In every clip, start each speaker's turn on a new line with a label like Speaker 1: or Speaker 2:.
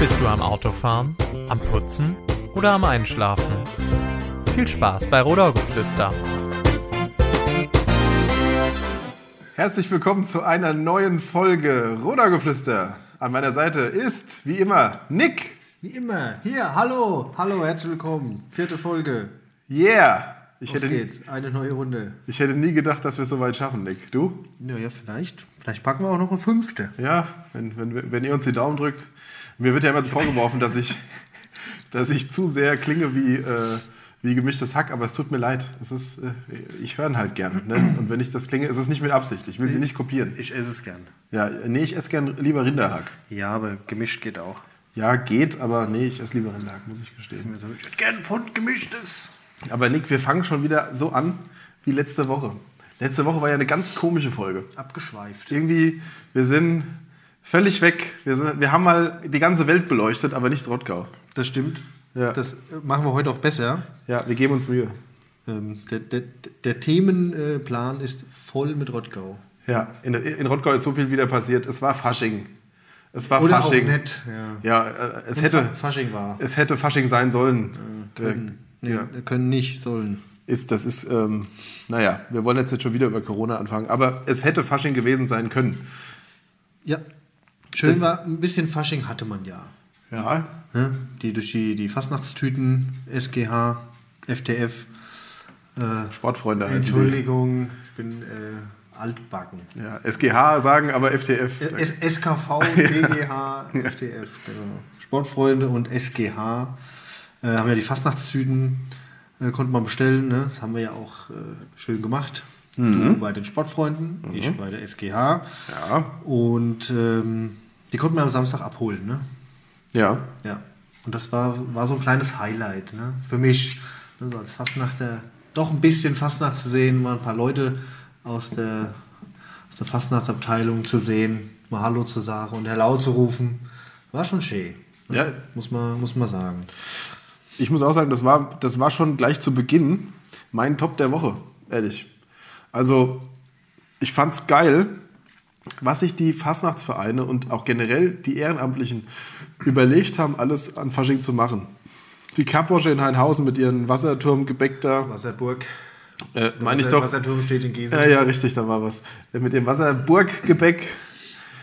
Speaker 1: Bist du am Autofahren, am Putzen oder am Einschlafen? Viel Spaß bei Rodorgeflüster.
Speaker 2: Herzlich willkommen zu einer neuen Folge Rudergeflüster. An meiner Seite ist, wie immer, Nick.
Speaker 3: Wie immer, hier, hallo, hallo, herzlich willkommen. Vierte Folge.
Speaker 2: Yeah! Ich
Speaker 3: Auf
Speaker 2: hätte,
Speaker 3: geht's, eine neue Runde.
Speaker 2: ich hätte nie gedacht, dass wir es so weit schaffen, Nick. Du?
Speaker 3: Naja, vielleicht, vielleicht packen wir auch noch eine fünfte.
Speaker 2: Ja, wenn, wenn, wir- wenn ihr uns die Daumen drückt. Mir wird ja immer so vorgeworfen, dass ich, dass ich zu sehr klinge wie, äh, wie gemischtes Hack, aber es tut mir leid. Es ist, äh, ich höre halt gerne. Ne? Und wenn ich das klinge, ist es nicht mit Absicht. Ich will sie nicht kopieren.
Speaker 3: Ich esse es gern.
Speaker 2: Ja, nee, ich esse gern lieber Rinderhack.
Speaker 3: Ja, aber gemischt geht auch.
Speaker 2: Ja, geht, aber nee, ich esse lieber Rinderhack, muss ich gestehen.
Speaker 3: Also, Ich hätte gern ein Pfund gemischtes.
Speaker 2: Aber Nick, wir fangen schon wieder so an wie letzte Woche. Letzte Woche war ja eine ganz komische Folge.
Speaker 3: Abgeschweift.
Speaker 2: Irgendwie, wir sind völlig weg. Wir, sind, wir haben mal die ganze Welt beleuchtet, aber nicht Rottgau.
Speaker 3: Das stimmt.
Speaker 2: Ja.
Speaker 3: Das äh, machen wir heute auch besser.
Speaker 2: Ja, wir geben uns Mühe.
Speaker 3: Ähm, der der, der Themenplan ist voll mit Rottgau.
Speaker 2: Ja, in, in Rottgau ist so viel wieder passiert. Es war Fasching. Es war
Speaker 3: Oder auch
Speaker 2: Fasching.
Speaker 3: nett, ja.
Speaker 2: Ja, äh, es
Speaker 3: Und
Speaker 2: hätte,
Speaker 3: Fa- Fasching war.
Speaker 2: es hätte Fasching sein sollen. Äh,
Speaker 3: Nee,
Speaker 2: Ja.
Speaker 3: Können nicht, sollen.
Speaker 2: Ist, das ist, ähm, naja, wir wollen jetzt nicht schon wieder über Corona anfangen, aber es hätte Fasching gewesen sein können.
Speaker 3: Ja. Schön
Speaker 2: Das-
Speaker 3: war, ein bisschen Fasching hatte man ja.
Speaker 2: Ja,
Speaker 3: ne? die durch die, die Fastnachtstüten, SGH, FTF. Äh,
Speaker 2: Sportfreunde heißen die.
Speaker 3: Entschuldigung, ich bin äh, altbacken.
Speaker 2: Ja, SGH sagen, aber FTF.
Speaker 3: Äh, S SKV, DGH, FTF, genau. Sportfreunde und SGH äh, haben ja die Fastnachtstüten, äh, konnte man bestellen. Ne? Das haben wir ja auch äh, schön gemacht. Du bei den Sportfreunden, ich bei der SGH.
Speaker 2: Ja.
Speaker 3: Und ähm, die konnten wir am Samstag abholen. Ne?
Speaker 2: Ja.
Speaker 3: Ja. Und das war, war so ein kleines Highlight, ne? Für mich. Ne, so als Fastnachter, doch ein bisschen Fastnacht zu sehen, mal ein paar Leute aus der, aus der Fastnachtsabteilung zu sehen, mal Hallo zu sagen und Hello zu rufen. War schon schön. ne?
Speaker 2: Ja.
Speaker 3: Muss man, muss man sagen.
Speaker 2: Ich muss auch sagen, das war, das war schon gleich zu Beginn mein Top der Woche, ehrlich. Also, ich fand's geil, was sich die Fastnachtsvereine und auch generell die Ehrenamtlichen überlegt haben, alles an Fasching zu machen. Die Kapwasche in Heinhausen mit ihren Wasserturmgebäck da,
Speaker 3: Wasserburg.
Speaker 2: äh, meine ich doch.
Speaker 3: Wasserturm steht in Gießen.
Speaker 2: Ja, ja, richtig, da war was. Mit dem Wasserburggebäck.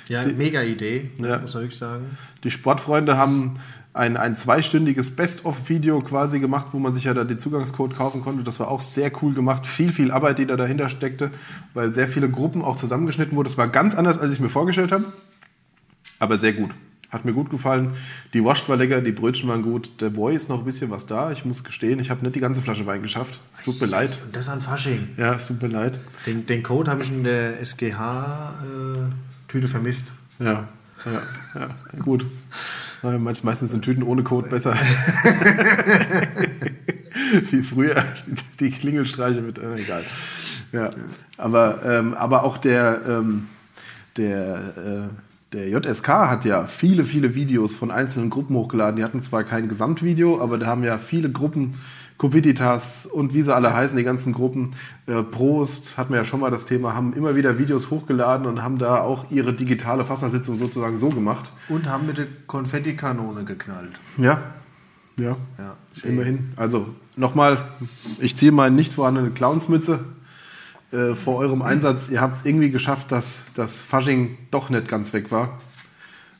Speaker 3: Ja, mega Idee,
Speaker 2: Ja.
Speaker 3: muss man wirklich sagen.
Speaker 2: Die Sportfreunde haben ein, ein zweistündiges Best-of-Video quasi gemacht, wo man sich ja da den Zugangscode kaufen konnte. Das war auch sehr cool gemacht. Viel, viel Arbeit, die da dahinter steckte, weil sehr viele Gruppen auch zusammengeschnitten wurden. Das war ganz anders, als ich mir vorgestellt habe, aber sehr gut. Hat mir gut gefallen. Die Washed war lecker, die Brötchen waren gut. Der Boy ist noch ein bisschen was da. Ich muss gestehen, ich habe nicht die ganze Flasche Wein geschafft. Es tut mir leid.
Speaker 3: Und das an Fasching.
Speaker 2: Ja, es tut mir leid.
Speaker 3: Den, den Code habe ich in der SGH-Tüte äh, vermisst.
Speaker 2: Ja, ja, ja. gut. Naja, meist- meistens sind Tüten ohne Code besser. Wie früher die Klingelstreiche mit, äh, egal. Ja. Aber, ähm, aber auch der, ähm, der, äh, der JSK hat ja viele, viele Videos von einzelnen Gruppen hochgeladen. Die hatten zwar kein Gesamtvideo, aber da haben ja viele Gruppen, Coviditas und wie sie alle heißen, die ganzen Gruppen, äh, Prost, hatten wir ja schon mal das Thema, haben immer wieder Videos hochgeladen und haben da auch ihre digitale Fassnersitzung sozusagen so gemacht.
Speaker 3: Und haben mit der Konfettikanone geknallt.
Speaker 2: Ja, ja.
Speaker 3: Ja, schön.
Speaker 2: Immerhin. Also nochmal, ich ziehe meine nicht vorhandene Clownsmütze äh, vor eurem Einsatz. Ihr habt es irgendwie geschafft, dass das Fasching doch nicht ganz weg war.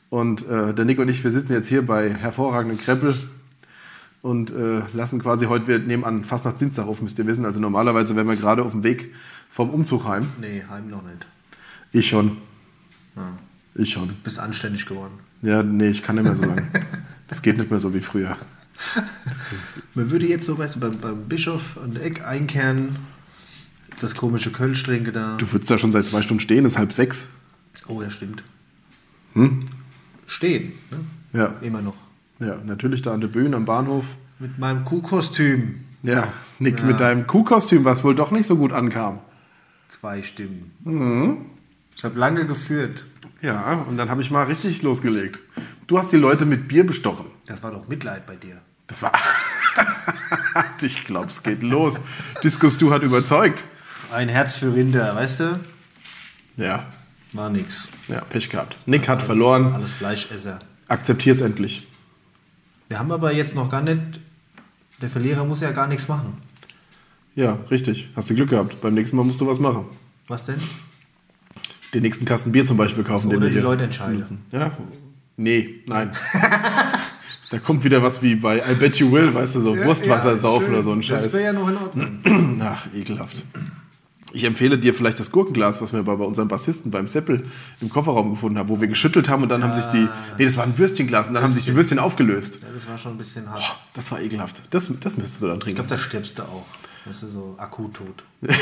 Speaker 2: Und äh, der Nick und ich, wir sitzen jetzt hier bei hervorragenden Kreppel und äh, lassen quasi heute, wir nehmen an, fast nach Dienstag auf, müsst ihr wissen. Also normalerweise wären wir gerade auf dem Weg vom Umzug heim.
Speaker 3: Nee, heim noch nicht.
Speaker 2: Ich schon,
Speaker 3: Ja.
Speaker 2: ich schon.
Speaker 3: Bist anständig geworden.
Speaker 2: Ja, nee, ich kann nicht mehr so lange. Das geht nicht mehr so wie früher.
Speaker 3: Man würde jetzt so, weißt du, beim, beim Bischof an der Eck einkehren, das komische Kölsch trinke da.
Speaker 2: Du würdest da schon seit zwei Stunden stehen, ist halb sechs.
Speaker 3: Oh, ja, stimmt.
Speaker 2: Hm?
Speaker 3: Stehen, ne?
Speaker 2: Ja.
Speaker 3: Immer noch.
Speaker 2: ja, natürlich da an der Bühne am Bahnhof.
Speaker 3: Mit meinem Kuhkostüm.
Speaker 2: Ja, Nick
Speaker 3: Ja.
Speaker 2: mit deinem Kuhkostüm, was wohl doch nicht so gut ankam.
Speaker 3: Zwei Stimmen.
Speaker 2: Mhm.
Speaker 3: Ich habe lange geführt.
Speaker 2: Ja, und dann habe ich mal richtig losgelegt. Du hast die Leute mit Bier bestochen.
Speaker 3: Das war doch Mitleid bei dir.
Speaker 2: Das war. ich glaube, es geht los. Diskus Du hat überzeugt.
Speaker 3: Ein Herz für Rinder, weißt du?
Speaker 2: Ja,
Speaker 3: War nix.
Speaker 2: ja, Pech gehabt. Nick hat
Speaker 3: Alles-
Speaker 2: verloren.
Speaker 3: Alles Fleischesser.
Speaker 2: Akzeptier's endlich.
Speaker 3: Wir haben aber jetzt noch gar nicht, der Verlierer muss ja gar nichts machen.
Speaker 2: Ja, richtig. Hast du Glück gehabt. Beim nächsten Mal musst du was machen.
Speaker 3: Was denn?
Speaker 2: Den nächsten Kasten Bier zum Beispiel kaufen. den
Speaker 3: Oder
Speaker 2: wir
Speaker 3: die
Speaker 2: hier
Speaker 3: Leute entscheiden.
Speaker 2: nutzen. Ja? Nee, nein. da kommt wieder was wie bei I Bet You Will, weißt du, so Wurstwasser saufen oder so ein Scheiß. Hm.
Speaker 3: Das wäre ja noch in Ordnung.
Speaker 2: Ach, ekelhaft. Ich empfehle dir vielleicht das Gurkenglas, was wir bei, bei unserem Bassisten beim Seppel im Kofferraum gefunden haben, wo wir geschüttelt haben und dann haben sich die. Nee, das war ein Würstchenglas und dann haben sich die Würstchen aufgelöst.
Speaker 3: Ja, das war schon ein bisschen hart.
Speaker 2: Das war ekelhaft. Das, das müsstest du dann
Speaker 3: Ich
Speaker 2: trinken.
Speaker 3: glaube, da stirbst du auch. Das ist so akut tot.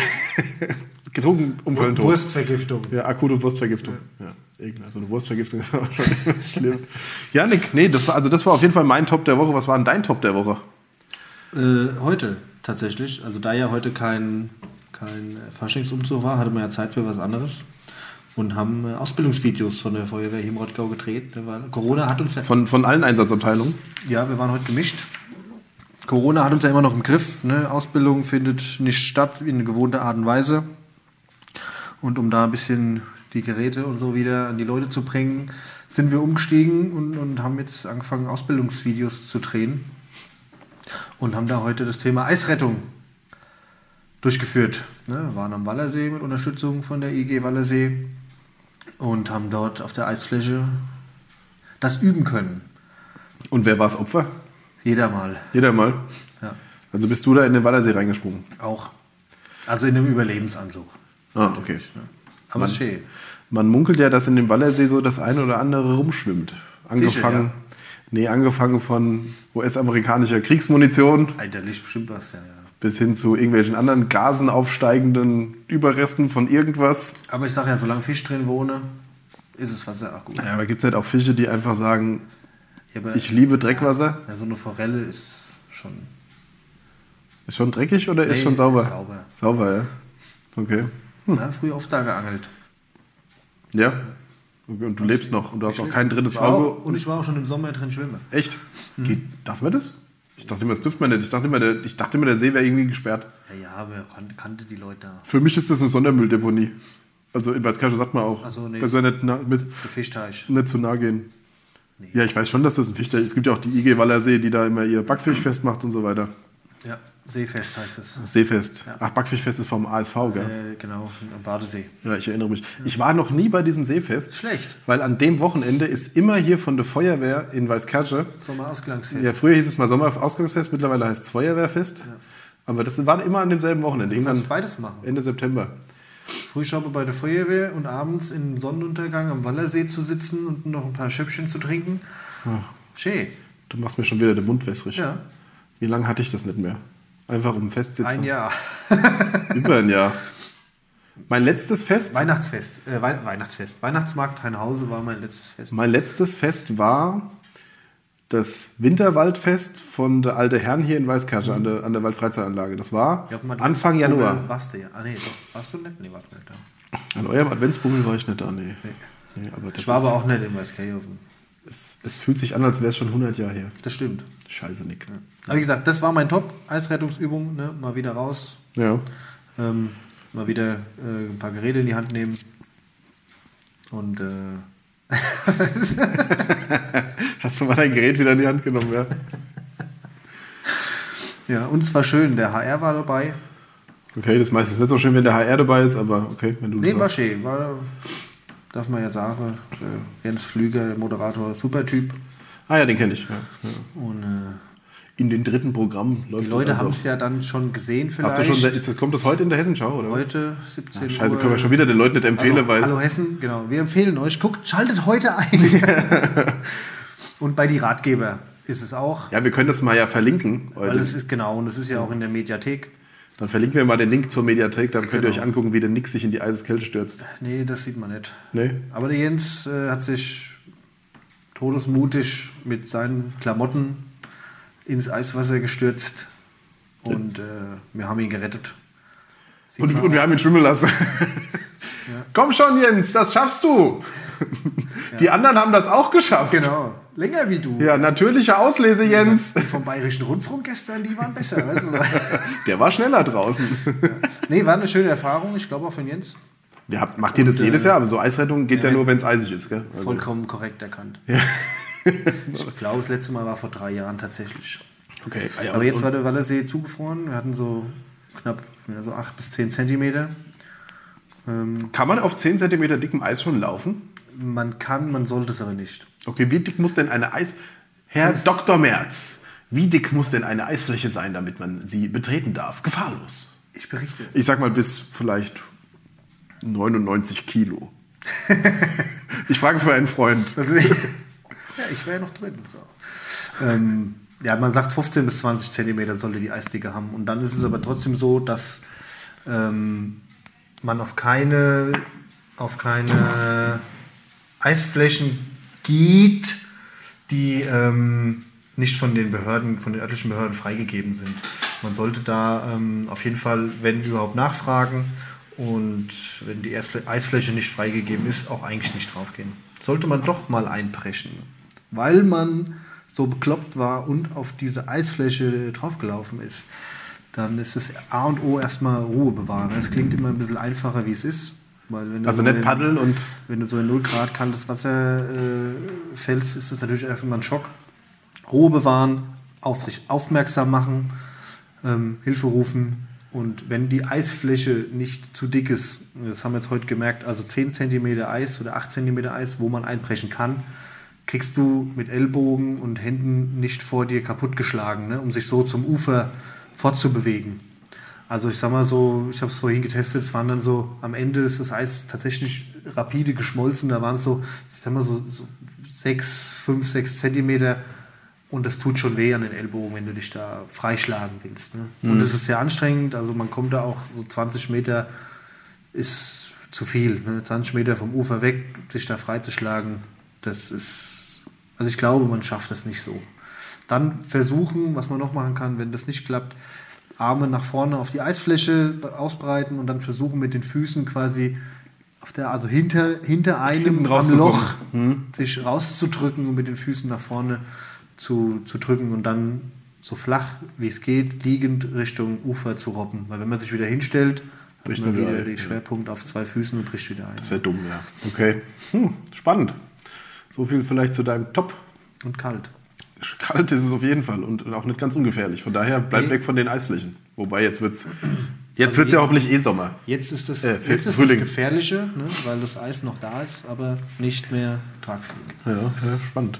Speaker 2: Getrunken, umfallen tot.
Speaker 3: Wurstvergiftung.
Speaker 2: Ja, akute Wurstvergiftung. Ja. ekelhaft. So eine Wurstvergiftung ist auch schon schlimm. Ja, Nick, nee, das war, also das war auf jeden Fall mein Top der Woche. Was war denn dein Top der Woche?
Speaker 3: Äh, heute tatsächlich. Also da ja heute kein, kein äh, Faschingsumzug war, hatte man ja Zeit für was anderes. Und haben äh, Ausbildungsvideos von der Feuerwehr hier im Rottgau gedreht. ne, weil Corona hat uns ja...
Speaker 2: Von, von allen Einsatzabteilungen.
Speaker 3: Ja, wir waren heute gemischt. Corona hat uns ja immer noch im Griff. Ne? Ausbildung findet nicht statt in gewohnter Art und Weise. Und um da ein bisschen die Geräte und so wieder an die Leute zu bringen, sind wir umgestiegen und, und haben jetzt angefangen, Ausbildungsvideos zu drehen. Und haben da heute das Thema Eisrettung durchgeführt. Ne? Wir waren am Wallersee mit Unterstützung von der IG Wallersee und haben dort auf der Eisfläche das üben können.
Speaker 2: Und wer war das Opfer?
Speaker 3: Jeder mal.
Speaker 2: Jeder mal.
Speaker 3: Ja,
Speaker 2: Also bist du da in den Wallersee reingesprungen.
Speaker 3: auch. Also in einem Überlebensanzug.
Speaker 2: Ah, okay.
Speaker 3: Aber schön.
Speaker 2: Man munkelt ja, dass in dem Wallersee so das ein oder andere rumschwimmt. Angefangen,
Speaker 3: ja.
Speaker 2: nee, angefangen von US-amerikanischer Kriegsmunition
Speaker 3: Alter, liegt bestimmt was, ja, ja.
Speaker 2: bis hin zu irgendwelchen anderen Gasen aufsteigenden Überresten von irgendwas.
Speaker 3: Aber ich sag ja, solange Fisch drin wohne, ist es Wasser auch gut.
Speaker 2: Ja, aber gibt es halt auch Fische, die einfach sagen,
Speaker 3: Ja, aber
Speaker 2: ich liebe Dreckwasser.
Speaker 3: ja, so eine Forelle ist schon.
Speaker 2: Ist schon dreckig oder ist
Speaker 3: Nee,
Speaker 2: schon sauber?
Speaker 3: ist sauber.
Speaker 2: Sauber, ja. Okay.
Speaker 3: Na, ne, früh oft da geangelt.
Speaker 2: Ja. Okay, Und du lebst noch und du hast auch kein drittes
Speaker 3: Ich war
Speaker 2: Auge.
Speaker 3: Auch, und Hm. ich war auch schon im Sommer drin schwimmen.
Speaker 2: Echt? Geht, darf man das? Ich dachte immer, das dürfte man nicht. Ich dachte immer, der, ich dachte immer, der See wäre irgendwie gesperrt.
Speaker 3: Ja, ja, aber kan kannte die Leute da.
Speaker 2: Für mich ist das eine Sondermülldeponie. Also in Weißkirche sagt man auch.
Speaker 3: Ach so, Also, nee.
Speaker 2: Das soll nicht, na, mit,
Speaker 3: Der Fischteich.
Speaker 2: nicht zu nah gehen. Ja, ich weiß schon, dass das ein Fichter ist. Es gibt ja auch die IG Wallersee, die da immer ihr Backfischfest macht und so weiter.
Speaker 3: Ja, Seefest heißt es.
Speaker 2: Das Seefest. Ach, Backfischfest ist vom ASV, gell?
Speaker 3: Äh, genau, am Badesee.
Speaker 2: Ja, ich erinnere mich. Ich war noch nie bei diesem Seefest.
Speaker 3: Schlecht.
Speaker 2: Weil an dem Wochenende ist immer hier von der Feuerwehr in Weißkirche
Speaker 3: Sommerausgangsfest.
Speaker 2: Ja, früher hieß es mal Sommerausgangsfest, mittlerweile heißt es Feuerwehrfest. Aber das war immer an demselben Wochenende,
Speaker 3: Du kannst
Speaker 2: irgendwann
Speaker 3: beides machen.
Speaker 2: Ende September.
Speaker 3: Frühschaube bei der Feuerwehr und abends im Sonnenuntergang am Wallersee zu sitzen und noch ein paar Schöpfchen zu trinken. Schön.
Speaker 2: Du machst mir schon wieder den Mund wässrig.
Speaker 3: Ja,
Speaker 2: Wie lange hatte ich das nicht mehr? Einfach um Festsitzen.
Speaker 3: ein Jahr.
Speaker 2: Über ein Jahr. Mein letztes Fest,
Speaker 3: Weihnachtsfest, äh, Wei Weihnachtsfest. Weihnachtsmarkt Heinhause war mein letztes Fest.
Speaker 2: mein letztes Fest war das Winterwaldfest von der alte Herren hier in Weißkirche an, der, an der Waldfreizeitanlage. Das war
Speaker 3: Ich hab mal-
Speaker 2: Anfang
Speaker 3: Oh,
Speaker 2: Januar.
Speaker 3: Warst du ja? Ah, nee, doch. Warst du nicht? Nee, warst nicht da.
Speaker 2: An eurem Adventsbummel war ich nicht da, nee. nee aber das
Speaker 3: Ich war
Speaker 2: ist,
Speaker 3: aber auch nicht in Weißkirchhofen.
Speaker 2: es, es fühlt sich an, als wäre es schon 100 Jahre her.
Speaker 3: Das stimmt.
Speaker 2: Scheiße, Nick.
Speaker 3: Aber wie gesagt, das war mein Top. Eisrettungsübung, ne? mal wieder raus.
Speaker 2: Ja.
Speaker 3: Ähm, mal wieder äh, ein paar Geräte in die Hand nehmen. Und äh,
Speaker 2: Hast du mal dein Gerät wieder in die Hand genommen, ja?
Speaker 3: ja, und es war schön. Der HR war dabei.
Speaker 2: Okay, das meiste ist nicht so schön, wenn der HR dabei ist, aber okay, wenn du
Speaker 3: Nee,
Speaker 2: das
Speaker 3: war
Speaker 2: sagst.
Speaker 3: schön. War, darf man ja sagen, äh, Jens Flüger, Moderator, super Typ.
Speaker 2: Ah ja, den kenne ich. Ja. Ja.
Speaker 3: Und äh,
Speaker 2: In den dritten Programm läuft
Speaker 3: die Leute
Speaker 2: das also.
Speaker 3: haben es ja dann schon gesehen vielleicht.
Speaker 2: Hast du schon, ist das, kommt das heute in der Hessenschau, oder? was? Ah,
Speaker 3: heute 17 Uhr.
Speaker 2: Scheiße, können wir schon wieder den Leuten nicht empfehlen,
Speaker 3: also,
Speaker 2: weil.
Speaker 3: Hallo Hessen, genau. Wir empfehlen euch, guckt, schaltet heute ein. und bei die Ratgeber ist es auch.
Speaker 2: Ja, wir können das mal ja verlinken.
Speaker 3: weil
Speaker 2: Heute.
Speaker 3: es ist genau, und es ist ja auch in der Mediathek.
Speaker 2: Dann verlinken wir mal den Link zur Mediathek, dann könnt ihr euch angucken, wie der Nick sich in die Eiseskälte stürzt.
Speaker 3: Nee, das sieht man nicht.
Speaker 2: Nee?
Speaker 3: Aber der Jens äh, hat sich todesmutig mit seinen Klamotten ins Eiswasser gestürzt und äh, wir haben ihn gerettet. Sieht
Speaker 2: Und,
Speaker 3: man
Speaker 2: und wir
Speaker 3: auch.
Speaker 2: haben ihn schwimmen lassen. Komm schon, Jens, das schaffst du. Die anderen haben das auch geschafft.
Speaker 3: genau, länger wie du.
Speaker 2: Ja, natürliche Auslese, Jens.
Speaker 3: Die vom Bayerischen Rundfunk gestern, die waren besser. Weißt du?
Speaker 2: Der war schneller draußen.
Speaker 3: nee, war eine schöne Erfahrung, ich glaube auch für den Jens.
Speaker 2: Ja, habt- macht ihr das
Speaker 3: Und,
Speaker 2: jedes
Speaker 3: äh,
Speaker 2: Jahr? Aber so Eisrettung geht ja,
Speaker 3: ja.
Speaker 2: nur, wenn es eisig ist, gell? Also,
Speaker 3: Vollkommen korrekt erkannt. Ich glaube, das letzte Mal war vor drei Jahren tatsächlich.
Speaker 2: Okay, ah ja,
Speaker 3: Aber jetzt
Speaker 2: und-
Speaker 3: war der Wallersee zugefroren. Wir hatten so knapp ja, so 8 bis 10 Zentimeter. Ähm,
Speaker 2: Kann man auf 10 cm dickem Eis schon laufen?
Speaker 3: man kann, man sollte es aber nicht.
Speaker 2: Okay, wie dick muss denn eine Eis... Herr Dr. Merz, wie dick muss denn eine Eisfläche sein, damit man sie betreten darf? Gefahrlos.
Speaker 3: Ich berichte.
Speaker 2: Ich sag mal bis vielleicht 99 Kilo. ich frage für einen Freund.
Speaker 3: Also, ja, ich wäre ja noch drin. So. Ähm, ja, man sagt 15 bis 20 Zentimeter sollte die Eisdicke haben. Und dann ist es aber trotzdem so, dass ähm, man auf keine, auf keine Eisflächen geht, die ähm, nicht von den Behörden, von den örtlichen Behörden freigegeben sind. Man sollte da ähm, auf jeden Fall, wenn überhaupt, nachfragen und wenn die Eisfl- Eisfläche nicht freigegeben ist, auch eigentlich nicht draufgehen. Sollte man doch mal einbrechen, weil man so bekloppt war und auf diese Eisfläche draufgelaufen ist, dann ist es A und O erstmal Ruhe bewahren. Das klingt immer ein bisschen einfacher, wie es ist. Weil wenn du
Speaker 2: Also
Speaker 3: so
Speaker 2: nicht
Speaker 3: in-
Speaker 2: paddeln und...
Speaker 3: wenn du so in 0 Grad kaltes Wasser äh, fällst, ist das natürlich erstmal ein Schock. Ruhe bewahren, auf sich aufmerksam machen, ähm, Hilfe rufen. Und wenn die Eisfläche nicht zu dick ist, das haben wir jetzt heute gemerkt, also 10 cm Eis oder 8 cm Eis, wo man einbrechen kann, kriegst du mit Ellbogen und Händen nicht vor dir kaputtgeschlagen, ne, um sich so zum Ufer fortzubewegen. Also ich sag mal so, ich habe es vorhin getestet, es waren dann so, am Ende ist das Eis tatsächlich rapide geschmolzen, da waren es so, ich sag mal so, so sechs, fünf, sechs Zentimeter und das tut schon weh an den Ellbogen, wenn du dich da freischlagen willst. Ne? Und das ist sehr anstrengend, also man kommt da auch so 20 Meter ist zu viel. Ne? 20 Meter vom Ufer weg, sich da freizuschlagen, das ist. Also ich glaube, man schafft das nicht so. Dann versuchen, was man noch machen kann, wenn das nicht klappt, Arme nach vorne auf die Eisfläche be- ausbreiten und dann versuchen mit den Füßen quasi auf der, also hinter, hinter einem
Speaker 2: Hinten
Speaker 3: am
Speaker 2: rauszukommen. Hm.
Speaker 3: Loch sich rauszudrücken und mit den Füßen nach vorne zu, zu drücken und dann so flach wie es geht, liegend Richtung Ufer zu robben. Weil wenn man sich wieder hinstellt, hat
Speaker 2: Bricht
Speaker 3: man
Speaker 2: man
Speaker 3: wieder
Speaker 2: wieder ein,
Speaker 3: den
Speaker 2: ja.
Speaker 3: Schwerpunkt auf zwei Füßen und bricht wieder ein.
Speaker 2: Das wäre dumm, ja. Okay. Hm, spannend. So viel vielleicht zu deinem Top.
Speaker 3: Und kalt.
Speaker 2: Kalt ist es auf jeden Fall und auch nicht ganz ungefährlich. Von daher bleib
Speaker 3: Nee.
Speaker 2: weg von den Eisflächen. Wobei jetzt wird's jetzt
Speaker 3: Also
Speaker 2: wird's ja
Speaker 3: eh-
Speaker 2: hoffentlich eh Sommer.
Speaker 3: Jetzt ist das,
Speaker 2: Äh,
Speaker 3: jetzt ist das
Speaker 2: Frühling.
Speaker 3: Gefährliche, ne? weil das Eis noch da ist, aber nicht mehr tragfähig.
Speaker 2: Ja, ja, spannend.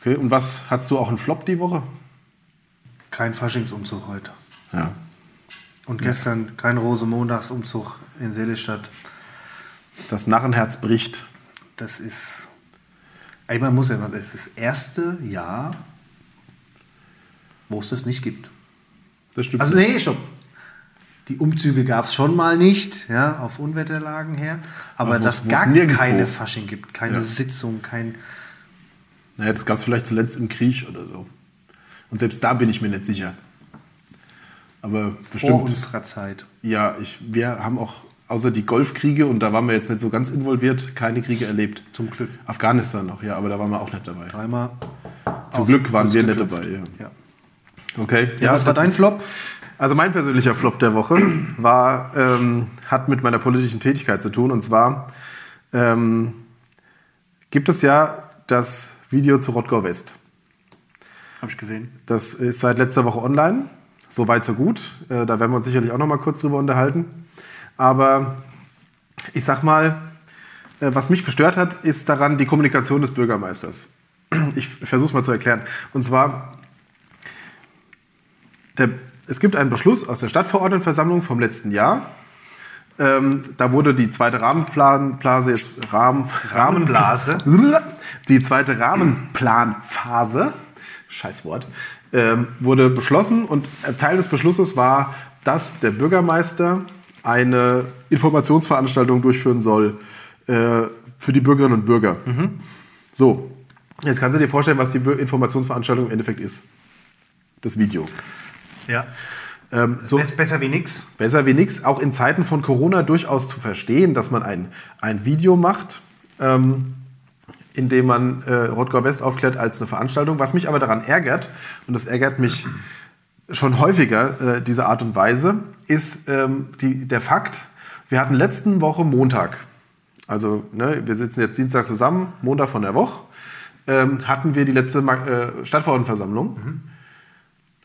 Speaker 2: Okay, und was hast du auch einen Flop die Woche?
Speaker 3: Kein Faschingsumzug heute.
Speaker 2: Ja.
Speaker 3: Und gestern kein Rosemontagsumzug in Seelestadt.
Speaker 2: Das Narrenherz bricht.
Speaker 3: Das ist. Ey, man muss ja, mal- das ist das erste Jahr, wo es das nicht gibt.
Speaker 2: Das stimmt.
Speaker 3: Also nee, stopp. Die Umzüge gab es schon mal nicht, ja, auf Unwetterlagen her. Aber
Speaker 2: Aber wo-
Speaker 3: dass
Speaker 2: wo
Speaker 3: gar
Speaker 2: es nirgendwo-
Speaker 3: keine Fasching gibt, keine
Speaker 2: Ja.
Speaker 3: Sitzung, kein.
Speaker 2: naja, das gab's vielleicht zuletzt im Krieg oder so. Und selbst da bin ich mir nicht sicher. Aber bestimmt.
Speaker 3: vor unserer Zeit.
Speaker 2: Ja, ich, wir haben auch außer die Golfkriege, und da waren wir jetzt nicht so ganz involviert, keine Kriege erlebt.
Speaker 3: Zum Glück.
Speaker 2: Afghanistan noch, ja, aber da waren wir auch nicht dabei.
Speaker 3: Dreimal.
Speaker 2: Zum
Speaker 3: auf
Speaker 2: Glück waren
Speaker 3: uns
Speaker 2: wir nicht
Speaker 3: geklopft.
Speaker 2: dabei, ja.
Speaker 3: ja.
Speaker 2: Okay.
Speaker 3: Ja, was war dein
Speaker 2: ist-
Speaker 3: Flop?
Speaker 2: Also mein persönlicher Flop der Woche war, ähm, hat mit meiner politischen Tätigkeit zu tun. Und zwar ähm, gibt es ja das Video zu Rottgau West.
Speaker 3: Hab ich gesehen.
Speaker 2: Das ist seit letzter Woche online. So weit, so gut. Äh, da werden wir uns sicherlich auch noch mal kurz drüber unterhalten. Aber ich sag mal, äh, was mich gestört hat, ist daran die Kommunikation des Bürgermeisters. Ich versuche es mal zu erklären. Und zwar, der, es gibt einen Beschluss aus der Stadtverordnetenversammlung vom letzten Jahr. Ähm, da wurde die zweite Rahmenplanphase jetzt Rahmen,
Speaker 3: Rahmenblase.
Speaker 2: Die zweite Rahmenplanphase, scheiß Wort, ähm, wurde beschlossen und Teil des Beschlusses war, dass der Bürgermeister eine Informationsveranstaltung durchführen soll äh, für die Bürgerinnen und Bürger.
Speaker 3: Mhm.
Speaker 2: So, jetzt kannst du dir vorstellen, was die Bür- Informationsveranstaltung im Endeffekt ist. Das Video.
Speaker 3: Ja.
Speaker 2: Ähm, so,
Speaker 3: Ist besser wie nix.
Speaker 2: besser wie nichts, auch in Zeiten von Corona durchaus zu verstehen, dass man ein, ein Video macht, ähm, in dem man äh, Rottgau West aufklärt als eine Veranstaltung. Was mich aber daran ärgert, und das ärgert mich schon häufiger, äh, diese Art und Weise, ist ähm, die, der Fakt, wir hatten letzten Woche Montag, also ne, wir sitzen jetzt Dienstag zusammen, Montag von der Woche, ähm, hatten wir die letzte Ma- äh, Stadtverordnetenversammlung.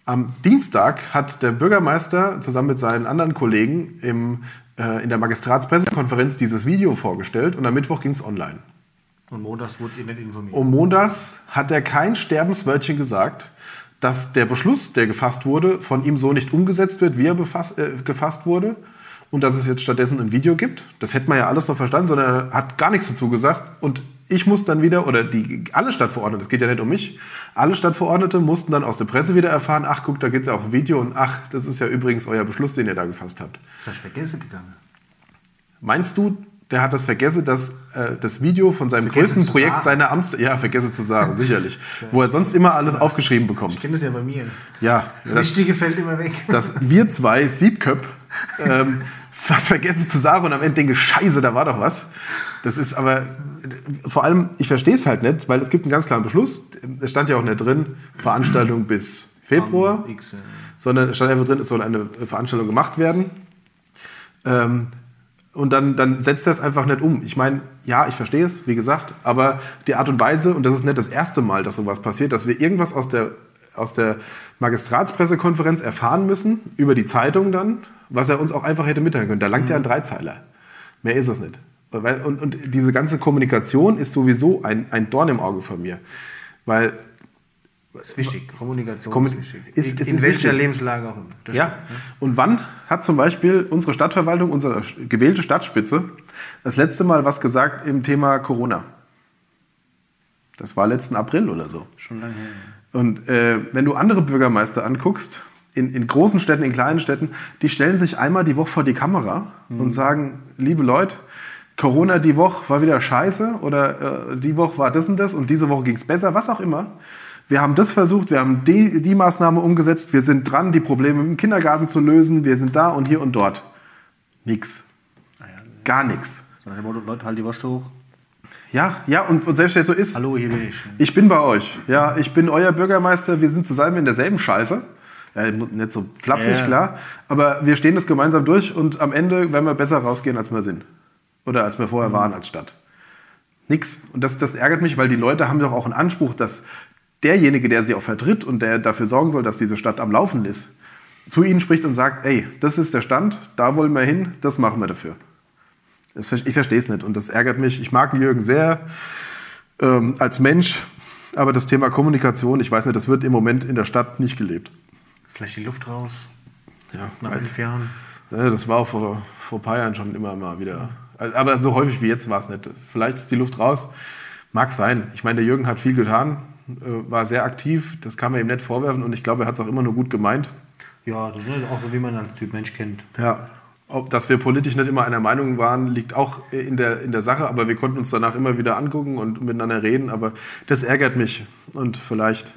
Speaker 2: Am Dienstag hat der Bürgermeister zusammen mit seinen anderen Kollegen im, äh, in der Magistratspressekonferenz dieses Video vorgestellt und am Mittwoch ging es online.
Speaker 3: Und montags wurde ihr nicht informiert.
Speaker 2: Um montags hat er kein Sterbenswörtchen gesagt, dass der Beschluss, der gefasst wurde, von ihm so nicht umgesetzt wird, wie er befass, äh, gefasst wurde. Und dass es jetzt stattdessen ein Video gibt. Das hätte man ja alles noch verstanden, sondern er hat gar nichts dazu gesagt. Und ich muss dann wieder, oder die, alle Stadtverordnete, es geht ja nicht um mich, alle Stadtverordnete mussten dann aus der Presse wieder erfahren, ach guck, da gibt es ja auch ein Video und ach, das ist ja übrigens euer Beschluss, den ihr da gefasst habt.
Speaker 3: Vielleicht vergessen gegangen.
Speaker 2: Meinst du, der hat das vergessen, dass äh, das Video von seinem
Speaker 3: Vergessen
Speaker 2: größten
Speaker 3: zu
Speaker 2: Projekt
Speaker 3: sagen.
Speaker 2: seiner Amts... Ja, vergesse zu sagen, sicherlich. Wo er sonst immer alles aufgeschrieben bekommt.
Speaker 3: Ich kenne das ja bei mir.
Speaker 2: Ja,
Speaker 3: Das,
Speaker 2: das,
Speaker 3: Wichtige fällt immer weg.
Speaker 2: dass wir zwei Siebköpp ähm, was vergessen zu sagen und am Ende denke, scheiße, da war doch was. Das ist aber, äh, vor allem, ich verstehe es halt nicht, weil es gibt einen ganz klaren Beschluss. Es stand ja auch nicht drin, Veranstaltung bis Februar
Speaker 3: X, äh, ja.
Speaker 2: sondern es stand einfach drin, es soll eine Veranstaltung gemacht werden. Ähm, und dann, dann setzt er es einfach nicht um. Ich meine, ja, ich verstehe es, wie gesagt, aber die Art und Weise, und das ist nicht das erste Mal, dass sowas passiert, dass wir irgendwas aus der, aus der Magistratspressekonferenz erfahren müssen, über die Zeitung dann, was er uns auch einfach hätte mitteilen können. Da langt ja ein Dreizeiler. Mehr ist es nicht. Weil- Und, und diese ganze Kommunikation ist sowieso ein, ein Dorn im Auge von mir. Weil
Speaker 3: Das ist wichtig. Kommunikation
Speaker 2: Kommu-
Speaker 3: ist wichtig.
Speaker 2: ist-
Speaker 3: In-
Speaker 2: ist-
Speaker 3: in
Speaker 2: ist
Speaker 3: welcher
Speaker 2: wichtig.
Speaker 3: Lebenslage auch immer. Das
Speaker 2: Ja.
Speaker 3: stimmt.
Speaker 2: Und wann hat zum Beispiel unsere Stadtverwaltung, unsere sch- gewählte Stadtspitze, das letzte Mal was gesagt im Thema Corona? Das war letzten April oder so.
Speaker 4: Schon lange her.
Speaker 2: Und äh, wenn du andere Bürgermeister anguckst, in, in großen Städten, in kleinen Städten, die stellen sich einmal die Woche vor die Kamera und sagen, liebe Leute, Corona die Woche war wieder scheiße oder äh, die Woche war das und das und diese Woche ging es besser, was auch immer. Wir haben das versucht, wir haben die, die Maßnahme umgesetzt, wir sind dran, die Probleme im Kindergarten zu lösen, wir sind da und hier und dort. Nix.
Speaker 4: Naja,
Speaker 2: Gar nichts.
Speaker 4: sondern der Motto, Leute, halt die Wurst hoch.
Speaker 2: Ja, ja, und, und selbst wenn es so ist,
Speaker 4: Hallo, hier bin ich.
Speaker 2: ich bin bei euch. Ja, ich bin euer Bürgermeister. Wir sind zusammen in derselben Scheiße. Ja, nicht so flapsig,
Speaker 4: Ja.
Speaker 2: klar. Aber wir stehen das gemeinsam durch und am Ende werden wir besser rausgehen, als wir sind. Oder als wir vorher waren als Stadt. Nix. Und das, das ärgert mich, weil die Leute haben doch auch einen Anspruch, dass derjenige, der sie auch vertritt und der dafür sorgen soll, dass diese Stadt am Laufen ist, zu ihnen spricht und sagt, ey, das ist der Stand, da wollen wir hin, das machen wir dafür. Das, ver- ich verstehe es nicht und das ärgert mich. Ich mag Jürgen sehr, ähm, als Mensch, aber das Thema Kommunikation, ich weiß nicht, das wird im Moment in der Stadt nicht gelebt.
Speaker 3: Vielleicht die Luft raus
Speaker 2: Ja,
Speaker 3: nach fünf Jahren.
Speaker 2: Ne, das war auch vor, vor ein paar Jahren schon immer mal wieder. Also, Aber so häufig wie jetzt war es nicht. Vielleicht ist die Luft raus. Mag sein. Ich meine, der Jürgen hat viel getan, äh, war sehr aktiv. Das kann man ihm nicht vorwerfen und ich glaube, er hat es auch immer nur gut gemeint.
Speaker 3: Ja, das ist auch so, wie man als Typ Mensch kennt.
Speaker 2: Ja. Ob, dass wir politisch nicht immer einer Meinung waren, liegt auch in der, in der Sache, aber wir konnten uns danach immer wieder angucken und miteinander reden. Aber das ärgert mich. Und vielleicht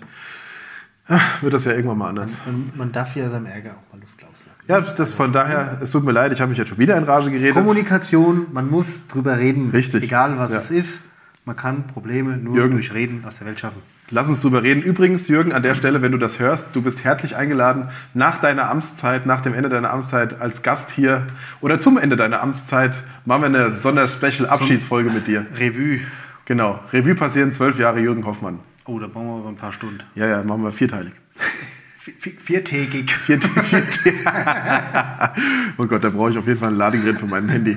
Speaker 2: ah, wird das ja irgendwann mal anders.
Speaker 3: Man, man darf ja seinem Ärger auch mal Luft rauslassen.
Speaker 2: Ja, das von daher, es tut mir leid, ich habe mich jetzt schon wieder in Rage geredet.
Speaker 3: Kommunikation, man muss drüber reden.
Speaker 2: Richtig.
Speaker 3: Egal was
Speaker 2: Ja.
Speaker 3: es ist. Man kann Probleme nur
Speaker 2: Jürgen.
Speaker 3: durch Reden aus der Welt schaffen.
Speaker 2: Lass uns drüber reden. Übrigens, Jürgen, an der Stelle, wenn du das hörst, du bist herzlich eingeladen, nach deiner Amtszeit, nach dem Ende deiner Amtszeit als Gast hier oder zum Ende deiner Amtszeit machen wir eine Sonderspecial-Abschiedsfolge mit dir.
Speaker 4: Revue.
Speaker 2: Genau. Revue passieren, zwölf Jahre Jürgen Hoffmann.
Speaker 4: Oh, da brauchen wir aber ein paar Stunden.
Speaker 2: Ja, ja, machen wir vierteilig.
Speaker 3: Vi- vi- Viertägig.
Speaker 2: Vier, vier, oh Gott, da brauche ich auf jeden Fall ein Ladegerät für mein Handy.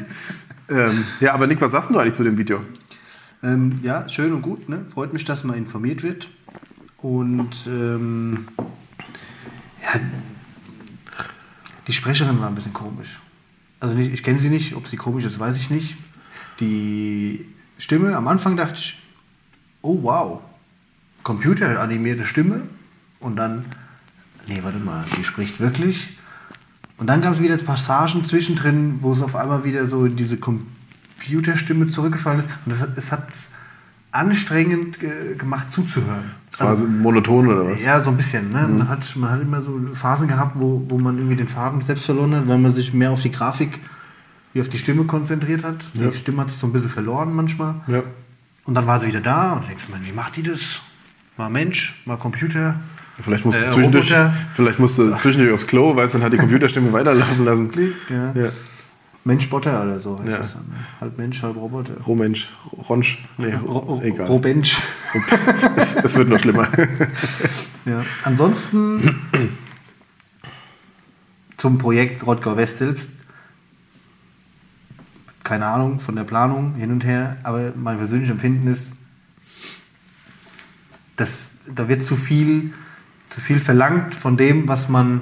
Speaker 2: Ähm, ja, aber Nick, was sagst du eigentlich zu dem Video?
Speaker 3: Ähm, ja, schön und gut. Ne? Freut mich, dass man informiert wird. Und ähm, ja, die Sprecherin war ein bisschen komisch. Also nicht, ich kenne sie nicht, ob sie komisch ist, weiß ich nicht. Die Stimme, am Anfang dachte ich, oh wow, computeranimierte Stimme. Und dann, nee, warte mal, die spricht wirklich. Und dann gab es wieder Passagen zwischendrin, wo es auf einmal wieder so in diese Computerstimme zurückgefallen ist. Und das hat es hat's anstrengend äh, gemacht zuzuhören. Also
Speaker 2: Das war so monoton oder was? Mhm.
Speaker 3: Ja, so ein bisschen. Ne? Man, hat, man hat immer so Phasen gehabt, wo, wo man irgendwie den Faden selbst verloren hat, weil man sich mehr auf die Grafik wie auf die Stimme konzentriert hat.
Speaker 2: Ja.
Speaker 3: Die Stimme hat sich so ein bisschen verloren manchmal.
Speaker 2: Ja.
Speaker 3: Und dann war sie wieder da und denkst du mir, wie macht die das? Mal Mensch, mal Computer.
Speaker 2: Vielleicht musst du
Speaker 3: Äh,
Speaker 2: zwischendurch,
Speaker 3: Roboter.
Speaker 2: vielleicht musst du zwischendurch aufs Klo, weißt du, dann hat die Computerstimme weiterlaufen lassen.
Speaker 3: Klick, ja.
Speaker 2: Ja.
Speaker 3: Mensch Botter oder so heißt
Speaker 2: Ja.
Speaker 3: das dann. ne? Halb Mensch, halb Roboter.
Speaker 2: Romensch, Ronsch, nee,
Speaker 3: Ro- Ro-
Speaker 2: egal.
Speaker 3: Robensch.
Speaker 2: Das wird noch schlimmer.
Speaker 3: Ja. Ansonsten zum Projekt Rodger West selbst. Keine Ahnung von der Planung hin und her, aber mein persönliches Empfinden ist, dass da wird zu viel, zu viel verlangt von dem, was man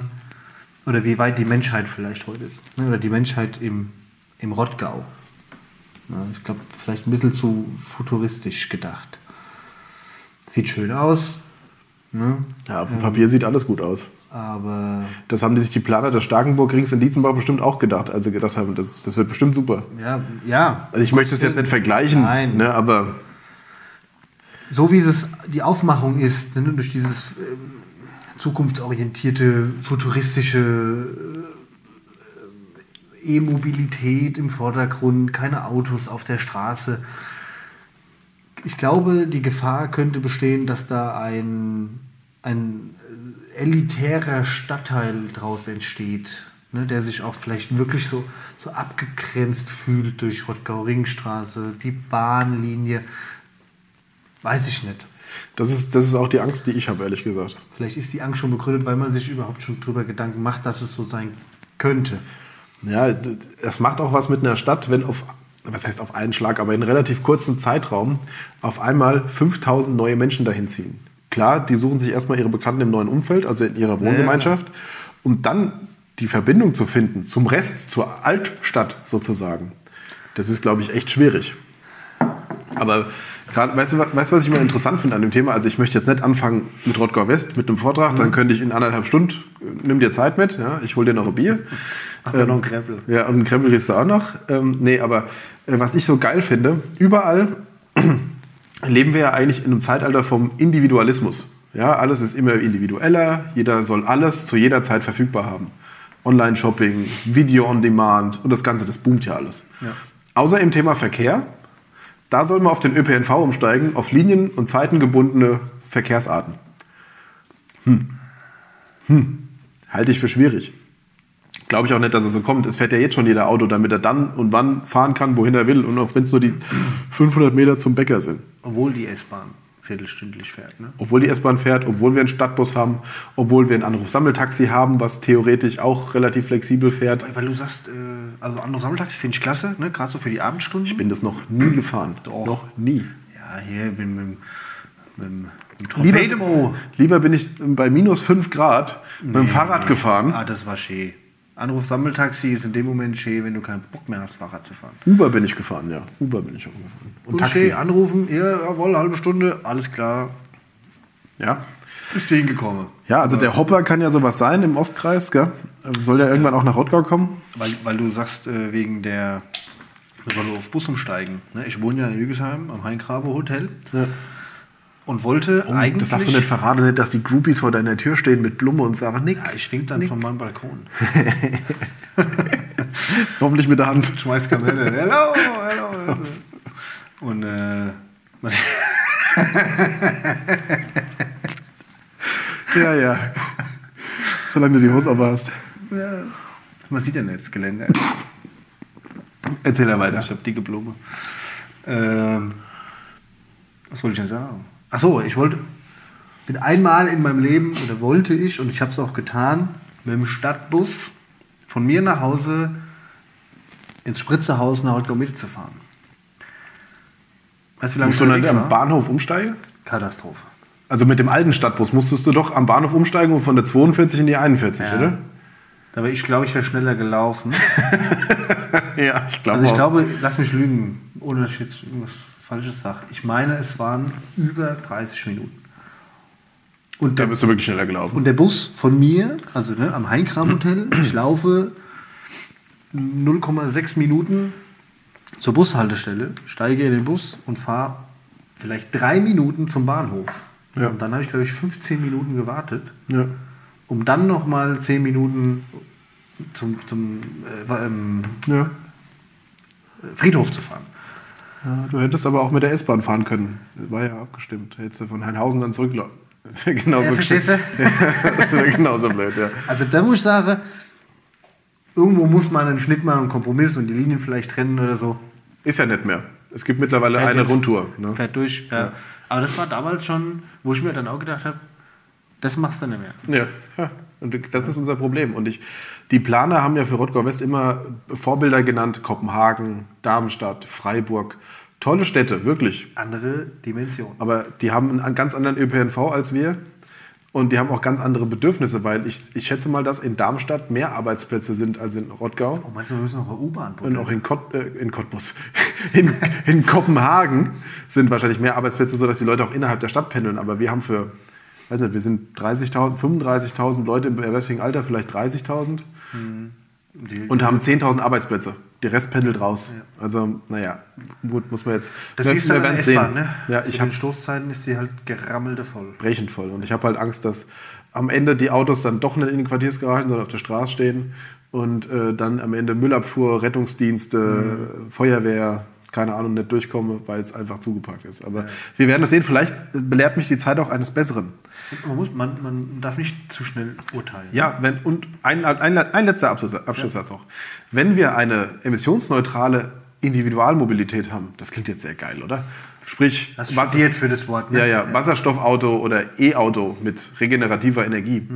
Speaker 3: oder wie weit die Menschheit vielleicht heute ist. Ne? Oder die Menschheit im, im Rottgau. Ja, ich glaube, vielleicht ein bisschen zu futuristisch gedacht. Sieht schön aus, ne?
Speaker 2: Ja, auf dem Papier sieht alles gut aus.
Speaker 3: Aber
Speaker 2: Das haben die sich die Planer des Starkenburg-Rings in Dietzenbach bestimmt auch gedacht, als sie gedacht haben, das, das wird bestimmt super.
Speaker 3: ja, ja.
Speaker 2: Also ich möchte es jetzt nicht vergleichen,
Speaker 3: Nein.
Speaker 2: Ne, aber
Speaker 3: So wie es die Aufmachung ist, ne, durch dieses ähm, zukunftsorientierte, futuristische äh, E-Mobilität im Vordergrund, keine Autos auf der Straße. Ich glaube, die Gefahr könnte bestehen, dass da ein, ein äh, elitärer Stadtteil draus entsteht, ne, der sich auch vielleicht wirklich so, so abgegrenzt fühlt durch Rottgau-Ringstraße, die Bahnlinie. Weiß ich nicht.
Speaker 2: das ist, das ist auch die Angst, die ich habe, ehrlich gesagt.
Speaker 3: Vielleicht ist die Angst schon begründet, weil man sich überhaupt schon drüber Gedanken macht, dass es so sein könnte.
Speaker 2: Ja, d- es macht auch was mit einer Stadt, wenn auf, was heißt auf einen Schlag, aber in relativ kurzem Zeitraum auf einmal 5000 neue Menschen dahin ziehen. Klar, die suchen sich erstmal ihre Bekannten im neuen Umfeld, also in ihrer Wohngemeinschaft, um dann die Verbindung zu finden zum Rest, zur Altstadt sozusagen. Das ist, glaube ich, echt schwierig. Aber gerade, weißt du, wa- weißt, du, was ich immer interessant finde an dem Thema? Also ich möchte jetzt nicht anfangen mit Rodger West, mit einem Vortrag,
Speaker 4: Mhm.
Speaker 2: dann könnte ich in anderthalb Stunden, äh, nimm dir Zeit mit, ja, ich hole dir noch ein Bier. Ähm,
Speaker 4: Ach, ja, noch ein Krempel.
Speaker 2: Ja, und einen Krempel kriegst du auch noch. Ähm, nee, aber äh, was ich so geil finde, überall leben wir ja eigentlich in einem Zeitalter vom Individualismus. Ja, alles ist immer individueller, jeder soll alles zu jeder Zeit verfügbar haben. Online-Shopping, Video on Demand und das Ganze, das boomt ja alles. Außer im Thema Verkehr, da soll man auf den ÖPNV umsteigen, auf linien- und zeitengebundene Verkehrsarten. Hm. Hm. Halte ich für schwierig. Glaube ich auch nicht, dass es so kommt. Es fährt ja jetzt schon jeder Auto, damit er dann und wann fahren kann, wohin er will. Und auch wenn es nur die 500 Meter zum Bäcker sind.
Speaker 4: Obwohl die S-Bahn viertelstündlich fährt, ne?
Speaker 2: Obwohl die S-Bahn fährt, obwohl wir einen Stadtbus haben, obwohl wir ein Anrufsammeltaxi haben, was theoretisch auch relativ flexibel fährt.
Speaker 4: Weil du sagst, äh, also andere Sammeltags finde ich klasse, ne? Gerade so für die Abendstunden.
Speaker 2: Ich bin das noch nie gefahren.
Speaker 4: Doch.
Speaker 2: Noch nie.
Speaker 4: ja, hier bin mit, mit, mit dem
Speaker 2: Lieber,
Speaker 4: Trompete im Ohr.
Speaker 2: lieber bin ich bei minus 5 Grad mit Oh, dem Fahrrad gefahren.
Speaker 4: Ah, das war schön. Anruf Sammeltaxi ist in dem Moment schön, wenn du keinen Bock mehr hast, Fahrrad zu fahren.
Speaker 2: Uber bin ich gefahren, ja. Uber bin ich auch gefahren. Und, Taxi.
Speaker 4: schön anrufen, ja, jawohl, halbe Stunde, alles klar,
Speaker 2: Ja.
Speaker 4: bist du hingekommen.
Speaker 2: ja, also der Hopper kann ja sowas sein im Ostkreis, gell? Soll der irgendwann auch nach Rottgau kommen?
Speaker 4: Weil, weil du sagst, äh, wegen der, wir sollen auf Bus umsteigen. Ne? Ich wohne ja in Jügesheim am Heingrabe Hotel und wollte eigentlich.
Speaker 2: Oh, Das darfst du nicht verraten, nicht, dass die Groupies vor deiner Tür stehen mit Blume und sagen, Nick.
Speaker 4: ja, ich wink dann von meinem Balkon.
Speaker 2: Hoffentlich mit der Hand.
Speaker 4: Schmeiß Kamelle. hello, hello. Und äh, man,
Speaker 2: Ja, ja. Solange du die Hose aber hast.
Speaker 4: ja, man sieht ja nicht das Gelände.
Speaker 2: Erzähl er weiter.
Speaker 4: Ich habe dicke Blume. Ähm, was wollte ich denn sagen? Achso, ich wollte
Speaker 3: Bin einmal in meinem Leben, oder wollte ich, und ich habe es auch getan,
Speaker 4: mit dem Stadtbus von mir nach Hause
Speaker 3: ins Spritzerhaus nach Holtgau Mitte zu fahren.
Speaker 4: Weißt du, wie lange
Speaker 2: Musst
Speaker 4: ich
Speaker 2: du dann
Speaker 4: unterwegs
Speaker 2: am
Speaker 4: war?
Speaker 2: Bahnhof umsteigen?
Speaker 3: Katastrophe.
Speaker 2: Also mit dem alten Stadtbus musstest du doch am Bahnhof umsteigen und von der 42 in die 41, oder?
Speaker 4: Aber ich glaube, ich wäre schneller gelaufen.
Speaker 2: Ja, ich glaube
Speaker 4: Also ich
Speaker 2: auch.
Speaker 4: glaube, lass mich lügen, ohne dass ich jetzt irgendwas Falsches sage. Ich meine, es waren über 30 Minuten.
Speaker 3: Und
Speaker 2: Da
Speaker 3: der,
Speaker 2: bist du wirklich schneller gelaufen.
Speaker 3: und der Bus von mir, also ne, am Heinkram Hotel, ich laufe
Speaker 4: 0,6 Minuten.
Speaker 3: zur Bushaltestelle, steige in den Bus und fahre vielleicht drei Minuten zum Bahnhof.
Speaker 2: Ja.
Speaker 3: Und dann habe ich, glaube ich, 15 Minuten gewartet.
Speaker 2: Ja.
Speaker 3: um dann nochmal 10 Minuten zum, zum äh, wa- ähm,
Speaker 2: Ja.
Speaker 3: Friedhof zu fahren.
Speaker 2: Ja, du hättest aber auch mit der S-Bahn fahren können. Das war ja abgestimmt. Hättest du von Heinhausen dann zurücklaufen. Das wäre genauso
Speaker 3: Ja, verstehst du?
Speaker 2: das wäre genauso blöd, ja.
Speaker 3: Also da muss ich sagen, irgendwo muss man einen Schnitt machen und Kompromiss und die Linien vielleicht trennen oder so.
Speaker 2: Ist ja nicht mehr. Es gibt mittlerweile
Speaker 3: Fährt
Speaker 2: eine
Speaker 3: jetzt-
Speaker 2: Rundtour. Ne?
Speaker 3: Fährt durch. Ja. Aber das war damals schon, wo ich mir dann auch gedacht habe, das machst du nicht mehr.
Speaker 2: Ja. ja. Und das ist unser Problem. Und ich, die Planer haben ja für Rottgau West immer Vorbilder genannt: Kopenhagen, Darmstadt, Freiburg. Tolle Städte, wirklich.
Speaker 3: Andere Dimension.
Speaker 2: Aber die haben einen ganz anderen ÖPNV als wir. Und die haben auch ganz andere Bedürfnisse, weil ich, ich schätze mal, dass in Darmstadt mehr Arbeitsplätze sind als in Rottgau.
Speaker 3: Und manchmal müssen wir auch eine U-Bahn
Speaker 2: Und auch in, Kot äh, in Cottbus. In, in Kopenhagen sind wahrscheinlich mehr Arbeitsplätze, sodass die Leute auch innerhalb der Stadt pendeln. Aber wir haben für, weiß nicht, wir sind 30.000, 35.000 Leute im erwerbsfähigen Alter, vielleicht 30.000
Speaker 3: Die-
Speaker 2: und haben 10.000 Arbeitsplätze. Der Rest pendelt raus. Also, naja, gut, muss man jetzt.
Speaker 3: Das
Speaker 2: wir-
Speaker 3: siehst du
Speaker 2: wir
Speaker 3: dann an
Speaker 2: werden's
Speaker 3: der S-Bahn,
Speaker 2: sehen.
Speaker 3: ne?
Speaker 2: Ja,
Speaker 3: Zu
Speaker 2: ich
Speaker 3: den
Speaker 2: habe
Speaker 3: Stoßzeiten ist die halt gerammelte voll.
Speaker 2: brechend voll. Und ich habe halt Angst, dass am Ende die Autos dann doch nicht in den Quartiersgaragen, sondern auf der Straße stehen und äh, dann am Ende Müllabfuhr, Rettungsdienste,
Speaker 3: Mhm.
Speaker 2: Feuerwehr, keine Ahnung, nicht durchkomme, weil es einfach zugepackt ist. Aber wir werden das sehen. Vielleicht belehrt mich die Zeit auch eines Besseren.
Speaker 3: Und Man, muss, man, man darf nicht zu schnell urteilen.
Speaker 2: Ja, wenn, und ein, ein, ein letzter Abschluss, Abschlusssatz noch. Wenn wir eine emissionsneutrale Individualmobilität haben, das klingt jetzt sehr geil, oder? Sprich,
Speaker 3: Das
Speaker 2: was-
Speaker 3: studiert für das Wort. ne?
Speaker 2: Ja, ja, Wasserstoffauto oder E-Auto mit regenerativer Energie.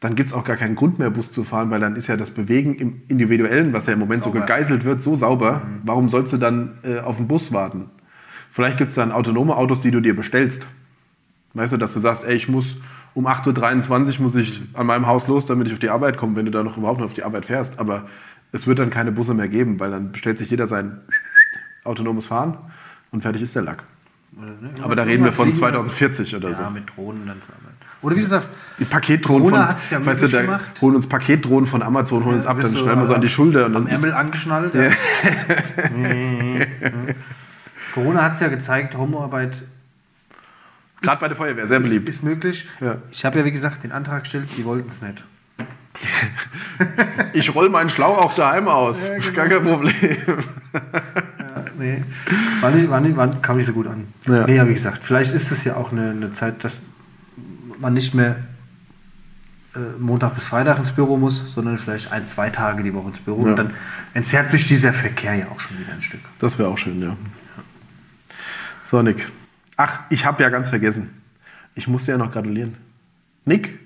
Speaker 2: Dann gibt es auch gar keinen Grund mehr, Bus zu fahren, weil dann ist ja das Bewegen im Individuellen, was ja im Moment so
Speaker 3: Sauber. Mhm.
Speaker 2: gegeißelt wird, so sauber. Warum sollst du dann äh, auf den Bus warten? Vielleicht gibt es dann autonome Autos, die du dir bestellst. Weißt du, dass du sagst, ey, ich muss um 8.23 Uhr muss ich
Speaker 3: Mhm.
Speaker 2: an meinem Haus los, damit ich auf die Arbeit komme, wenn du da noch überhaupt noch auf die Arbeit fährst. Aber es wird dann keine Busse mehr geben, weil dann bestellt sich jeder sein autonomes Fahren und fertig ist der Lack.
Speaker 3: Oder, ne?
Speaker 2: Aber da reden wir von
Speaker 3: Fliegen-
Speaker 2: 2040 oder
Speaker 3: Ja,
Speaker 2: so.
Speaker 3: mit Drohnen dann zu arbeiten. Oder wie du sagst,
Speaker 2: Die Paketdrohnen
Speaker 3: Corona
Speaker 2: von,
Speaker 3: hat's ja
Speaker 2: weißt du,
Speaker 3: möglich
Speaker 2: da
Speaker 3: gemacht.
Speaker 2: holen uns Paketdrohnen von Amazon, holen uns ab,
Speaker 3: bist
Speaker 2: dann
Speaker 3: du,
Speaker 2: schneiden wir so
Speaker 3: äh,
Speaker 2: an die Schulter und
Speaker 3: am
Speaker 2: dann
Speaker 3: Ärmel angeschnallt. Ja. Corona hat es ja gezeigt, Homearbeit
Speaker 2: gerade bei der Feuerwehr sehr
Speaker 3: ist,
Speaker 2: beliebt.
Speaker 3: ist möglich.
Speaker 2: Ja.
Speaker 3: Ich habe ja, wie gesagt, den Antrag gestellt, die wollten es nicht.
Speaker 2: Ich roll meinen Schlauch auch daheim aus, gar kein
Speaker 3: genau.
Speaker 2: Problem.
Speaker 3: Nee, war nicht, war nicht, war, kam nicht so gut an.
Speaker 2: Ja.
Speaker 3: Nee, habe ich gesagt. Vielleicht ist es ja auch eine, eine Zeit, dass man nicht mehr äh, Montag bis Freitag ins Büro muss, sondern vielleicht ein, zwei Tage die Woche ins Büro.
Speaker 2: Ja.
Speaker 3: Und dann entzerrt sich dieser Verkehr ja auch schon wieder ein Stück.
Speaker 2: Das wäre auch schön, ja. So, Nick. Ach, ich habe ja ganz vergessen. Ich muss dir ja noch gratulieren. Nick,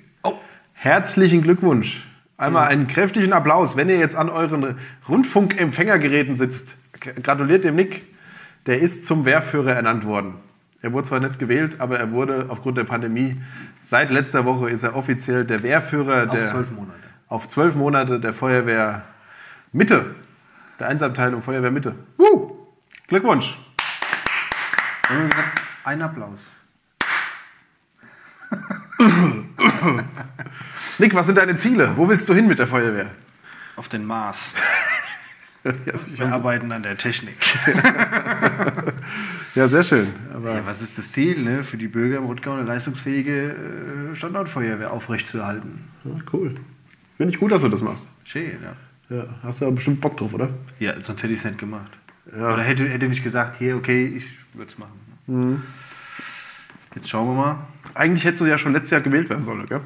Speaker 2: herzlichen Glückwunsch. Einmal einen kräftigen Applaus, wenn ihr jetzt an euren Rundfunkempfängergeräten sitzt. K- Gratuliert dem Nick. Der ist zum Wehrführer ernannt worden. Er wurde zwar nicht gewählt, aber er wurde aufgrund der Pandemie, seit letzter Woche ist er offiziell der Wehrführer
Speaker 3: Auf
Speaker 2: der,
Speaker 3: zwölf Monate.
Speaker 2: auf zwölf Monate der Feuerwehr Mitte, der Einsatzabteilung Feuerwehr Mitte. Woo! Glückwunsch!
Speaker 3: Dann haben wir gesagt, Ein Applaus.
Speaker 2: Nick, was sind deine Ziele? Wo willst du hin mit der Feuerwehr?
Speaker 3: Auf den Mars.
Speaker 2: Ja,
Speaker 3: Wir arbeiten an der Technik.
Speaker 2: sehr schön. Aber
Speaker 3: Ja, was ist das Ziel, ne? für die Bürger im Rundgau eine leistungsfähige äh, Standortfeuerwehr aufrechtzuerhalten?
Speaker 2: ja, cool. Finde ich gut, dass du das machst.
Speaker 3: Schön, ja.
Speaker 2: Ja, hast du aber bestimmt Bock drauf, oder?
Speaker 3: Ja, sonst hätte ich es nicht gemacht.
Speaker 2: Ja.
Speaker 3: Oder hätte, hätte nicht gesagt, hier, okay, ich würde es machen.
Speaker 2: Mhm.
Speaker 3: Jetzt schauen wir mal,
Speaker 2: Eigentlich hättest du ja schon letztes Jahr gewählt werden sollen, gell?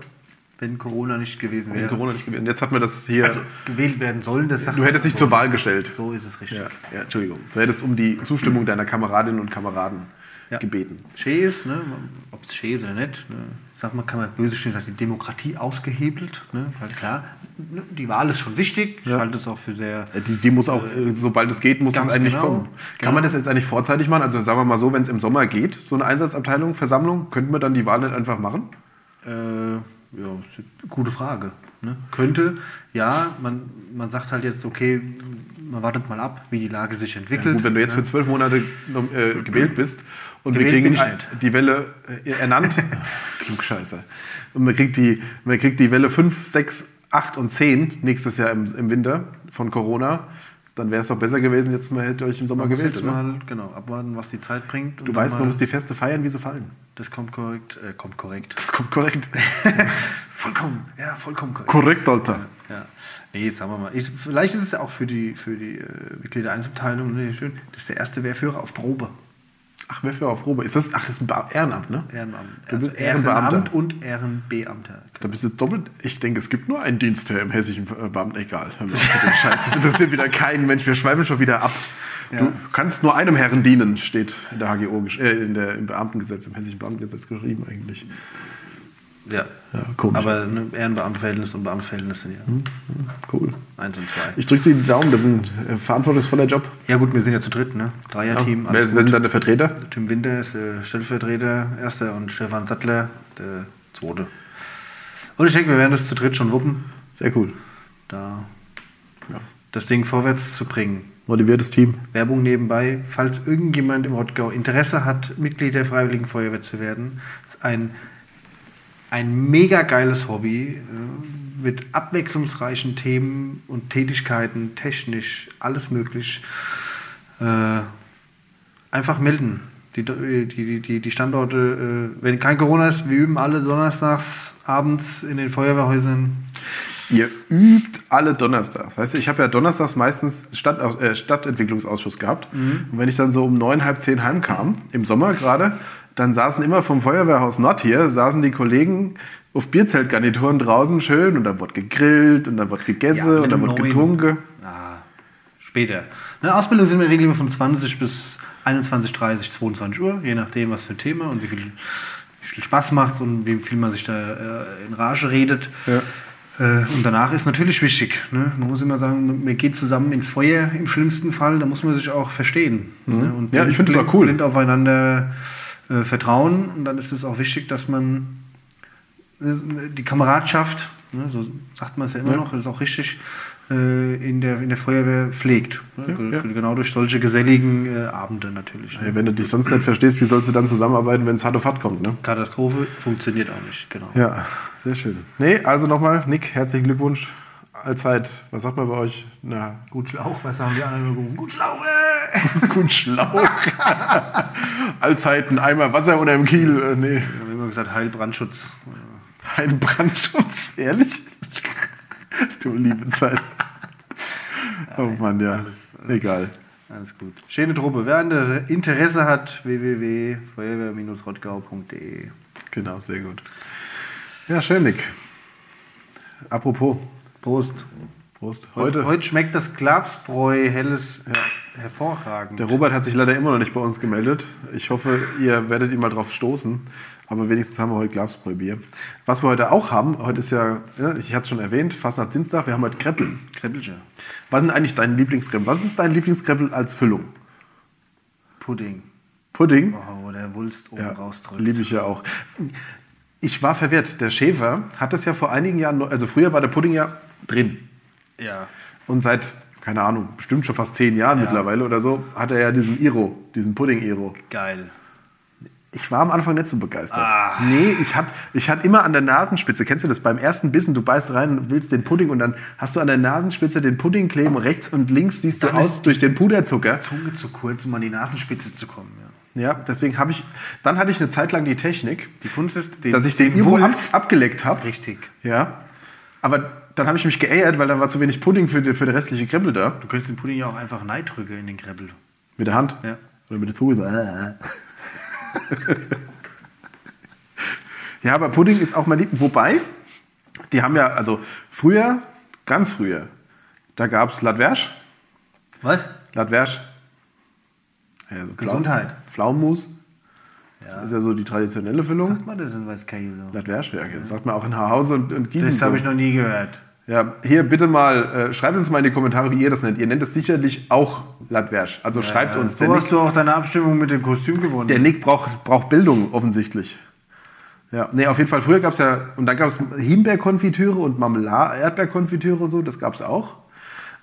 Speaker 3: wenn Corona nicht gewesen
Speaker 2: Wenn
Speaker 3: wäre.
Speaker 2: Corona nicht gewählt. Und jetzt hat man das hier.
Speaker 3: Also gewählt werden sollen, das sagt
Speaker 2: du hättest
Speaker 3: man
Speaker 2: dich
Speaker 3: so.
Speaker 2: zur Wahl gestellt.
Speaker 3: So ist es richtig.
Speaker 2: Ja, ja, Entschuldigung. Du hättest um die Zustimmung deiner Kameradinnen und Kameraden
Speaker 3: Ja.
Speaker 2: gebeten.
Speaker 3: Schee ist, ne? ob es schee ist oder nicht, ne? sagt man, kann man böse stehen, sagt die Demokratie ausgehebelt. Ne? Weil klar, ne, die Wahl ist schon wichtig. Ich
Speaker 2: Ja.
Speaker 3: halte es auch für sehr
Speaker 2: Die, die muss auch, äh, sobald es geht, muss es
Speaker 3: ganz
Speaker 2: eigentlich
Speaker 3: genau.
Speaker 2: kommen. Kann
Speaker 3: Genau.
Speaker 2: man das jetzt eigentlich vorzeitig machen? Also sagen wir mal so, wenn es im Sommer geht, so eine Einsatzabteilung, Versammlung, könnten wir dann die Wahl nicht einfach machen?
Speaker 3: Äh, ja, ist eine gute Frage. Ne? Könnte, ja, man, man sagt halt jetzt, okay, man wartet mal ab, wie die Lage sich entwickelt.
Speaker 2: Gut, wenn du jetzt für
Speaker 3: ne?
Speaker 2: zwölf Monate nom- äh, gewählt bist und wir
Speaker 3: Gewählt
Speaker 2: kriegen
Speaker 3: bin ich
Speaker 2: ein-
Speaker 3: nicht.
Speaker 2: die Welle äh, ernannt, Klugscheiße, und man kriegt, die, man kriegt die Welle 5, 6, 8 und 10 nächstes Jahr im, im Winter von Corona, dann wäre es doch besser gewesen, jetzt mal hätte euch im Sommer
Speaker 3: man muss
Speaker 2: gewählt.
Speaker 3: jetzt
Speaker 2: oder?
Speaker 3: mal genau, abwarten, was die Zeit bringt. und
Speaker 2: du
Speaker 3: dann
Speaker 2: weißt,
Speaker 3: mal-
Speaker 2: man muss die Feste feiern, wie sie fallen.
Speaker 3: Das kommt korrekt. Äh, kommt korrekt.
Speaker 2: Das kommt korrekt.
Speaker 3: vollkommen, ja, vollkommen korrekt.
Speaker 2: korrekt, Alter.
Speaker 3: Ja. Nee, jetzt haben wir mal. Ich, vielleicht ist es ja auch für die, für die äh, Mitglieder der Einzelabteilung ne, schön. Das ist der erste Wehrführer auf Probe.
Speaker 2: Ach, werf ja auf Probe. Ist das, ach, das ist ein Be- Ehrenamt, ne?
Speaker 3: Ehrenamt.
Speaker 2: Du
Speaker 3: Also
Speaker 2: bist Ehrenbeamter.
Speaker 3: Ehrenamt und Ehrenbeamter.
Speaker 2: Da bist du doppelt. Ich denke, es gibt nur einen Dienstherr im hessischen äh, Beamten. Egal. Hör mir auf mit dem Scheiß. Das interessiert wieder keinen Mensch. Wir schweifen schon wieder ab. Du kannst nur einem Herren dienen, steht in der HGO, gesch- äh, in der, im Beamtengesetz, im hessischen Beamtengesetz geschrieben eigentlich.
Speaker 3: Ja.
Speaker 2: Ja, komisch.
Speaker 3: Aber ne, Ehrenbeamtenverhältnis und Beamtenverhältnis sind ja
Speaker 2: Cool.
Speaker 3: eins und zwei.
Speaker 2: Ich drücke dir die Daumen. Das ist ein äh, verantwortungsvoller Job.
Speaker 3: ja gut, wir sind ja zu dritt, ne? Dreier-Team.
Speaker 2: wer, wer
Speaker 3: alles gut.
Speaker 2: sind deine Vertreter?
Speaker 3: Tim Winter ist der Stellvertreter, erster und Stefan Sattler, der zweite. Und ich denke, wir werden das zu dritt schon wuppen,
Speaker 2: Sehr cool.
Speaker 3: da
Speaker 2: Ja.
Speaker 3: das Ding vorwärts zu bringen.
Speaker 2: Motiviertes Team.
Speaker 3: Werbung nebenbei, falls irgendjemand im Rottgau Interesse hat, Mitglied der Freiwilligen Feuerwehr zu werden, ist ein, ein mega geiles Hobby äh, mit abwechslungsreichen Themen und Tätigkeiten, technisch, alles möglich. Äh, einfach melden. Die, die, die, die, die Standorte, äh, wenn kein Corona ist, wir üben alle donnerstags abends in den Feuerwehrhäusern.
Speaker 2: Ihr übt alle Donnerstags. Weißt du, ich habe ja Donnerstags meistens Stadt, äh, Stadtentwicklungsausschuss gehabt. Und wenn ich dann so um neun, halb zehn heimkam, im Sommer gerade, dann saßen immer vom Feuerwehrhaus Nord hier, saßen die Kollegen auf Bierzeltgarnituren draußen schön und dann wird gegrillt und dann wird gegessen und dann wird
Speaker 3: neun.
Speaker 2: getrunken.
Speaker 3: Ah, später. Ne, Ausbildung sind wir regelmäßig von 20 bis 21, 30, 22 Uhr, je nachdem, was für ein Thema und wie viel, wie viel Spaß macht und wie viel man sich da äh, in Rage redet.
Speaker 2: Ja.
Speaker 3: Äh, und danach ist natürlich wichtig. Ne? Man muss immer sagen, man geht zusammen ins Feuer im schlimmsten Fall, da muss man sich auch verstehen. Ne? Und
Speaker 2: Mhm. Ja,
Speaker 3: blind-
Speaker 2: ich find das auch
Speaker 3: blind-
Speaker 2: cool.
Speaker 3: Blind aufeinander äh, vertrauen und dann ist es auch wichtig, dass man äh, die Kameradschaft, ne, so sagt man es ja immer
Speaker 2: Ja.
Speaker 3: noch, ist auch richtig, äh, in, der, in der Feuerwehr pflegt. Ne?
Speaker 2: Ja,
Speaker 3: Ge-
Speaker 2: ja.
Speaker 3: Genau durch solche geselligen äh, Abende natürlich. Ne?
Speaker 2: Ey, Wenn du dich sonst nicht verstehst, wie sollst du dann zusammenarbeiten, wenn es hart auf hart kommt, ne?
Speaker 3: Katastrophe funktioniert auch nicht, genau.
Speaker 2: Ja, sehr schön. Nee, also nochmal, Nick, herzlichen Glückwunsch. Allzeit, was sagt man bei euch? Na,
Speaker 5: Gut Schlauch, was haben die anderen gerufen? Gut Schlauch!
Speaker 3: äh!
Speaker 2: Gut Schlauch. Allzeit ein Eimer Wasser unter dem Kiel. Äh, nee,
Speaker 3: Wir haben immer gesagt, Heilbrandschutz.
Speaker 2: ein Brandschutz, ehrlich? du liebe Zeit. Oh Mann, ja. Egal.
Speaker 3: Alles gut. Schöne Truppe. Wer andere Interesse hat, www.feuerwehr-rottgau.de.
Speaker 2: Genau, sehr gut. Ja, schön, Nick. Apropos,
Speaker 3: Prost.
Speaker 2: Prost.
Speaker 3: Heute.
Speaker 2: Heute,
Speaker 3: Heute schmeckt das Klapsbräu helles hervorragend.
Speaker 2: der Robert hat sich leider immer noch nicht bei uns gemeldet. Ich hoffe, ihr werdet ihn mal drauf stoßen. Aber wenigstens haben wir heute Glasbräubier. Was wir heute auch haben, heute ist ja, ja ich hatte es schon erwähnt, Fastnacht Dienstag, wir haben heute Kreppeln.
Speaker 3: Kreppelchen.
Speaker 2: Was sind eigentlich deine Lieblingskreppel? Was ist dein Lieblingskreppel als Füllung?
Speaker 3: Pudding.
Speaker 2: Pudding?
Speaker 3: Oh, wo der Wulst oben rausdrückt.
Speaker 2: liebe ich ja auch. Ich war verwirrt. Der Schäfer hat das ja vor einigen Jahren, noch- also früher war der Pudding ja drin.
Speaker 3: Ja.
Speaker 2: Und seit, keine Ahnung, bestimmt schon fast zehn Jahren
Speaker 3: Ja.
Speaker 2: mittlerweile oder so, hat er ja diesen Iro, diesen Pudding-Iro.
Speaker 3: Geil.
Speaker 2: Ich war am Anfang nicht so begeistert.
Speaker 3: Ah.
Speaker 2: Nee, ich hatte ich hat immer an der Nasenspitze, kennst du das, beim ersten Bissen, du beißt rein und willst den Pudding und dann hast du an der Nasenspitze den Pudding kleben, rechts und links siehst du
Speaker 3: Dann
Speaker 2: aus durch den Puderzucker.
Speaker 3: Zunge zu kurz, um an die Nasenspitze zu kommen. Ja.
Speaker 2: Ja, deswegen habe ich, dann hatte ich eine Zeit lang die Technik,
Speaker 3: Die Kunst ist,
Speaker 2: dass ich den Iro ab, abgeleckt habe.
Speaker 3: Richtig.
Speaker 2: Ja. Aber dann habe ich mich geärgert, weil dann war zu wenig Pudding für, die, für den restlichen Kribbel da.
Speaker 3: Du könntest den Pudding ja auch einfach neidrücken in den Kreppel.
Speaker 2: Mit der Hand.
Speaker 3: Ja.
Speaker 2: Oder mit der Zunge. so, äh. ja, aber Pudding ist auch mein Lieb. Wobei, die haben ja, also früher, ganz früher, da gab es Latversch.
Speaker 3: Was?
Speaker 2: Latversch. Ja, so Pflau-
Speaker 3: Gesundheit.
Speaker 2: Pflaumenmus.
Speaker 3: Ja.
Speaker 2: Das ist ja so die traditionelle Füllung.
Speaker 3: Sagt man das in Weißkei so?
Speaker 2: Latversch, ja, das sagt man auch in Haarhause und, und Gießen.
Speaker 3: Das
Speaker 2: so.
Speaker 3: habe ich noch nie gehört.
Speaker 2: Ja, hier bitte mal, äh, schreibt uns mal in die Kommentare, wie ihr das nennt. Ihr nennt es sicherlich auch Latversch. Also schreibt uns. Der
Speaker 3: So hast
Speaker 2: Nick,
Speaker 3: du auch deine Abstimmung mit dem Kostüm gewonnen.
Speaker 2: der Nick braucht, braucht Bildung offensichtlich. Ja, nee, auf jeden Fall. Früher gab es ja, und dann gab es Himbeerkonfitüre und Marmelade, Erdbeerkonfitüre und so, das gab es auch.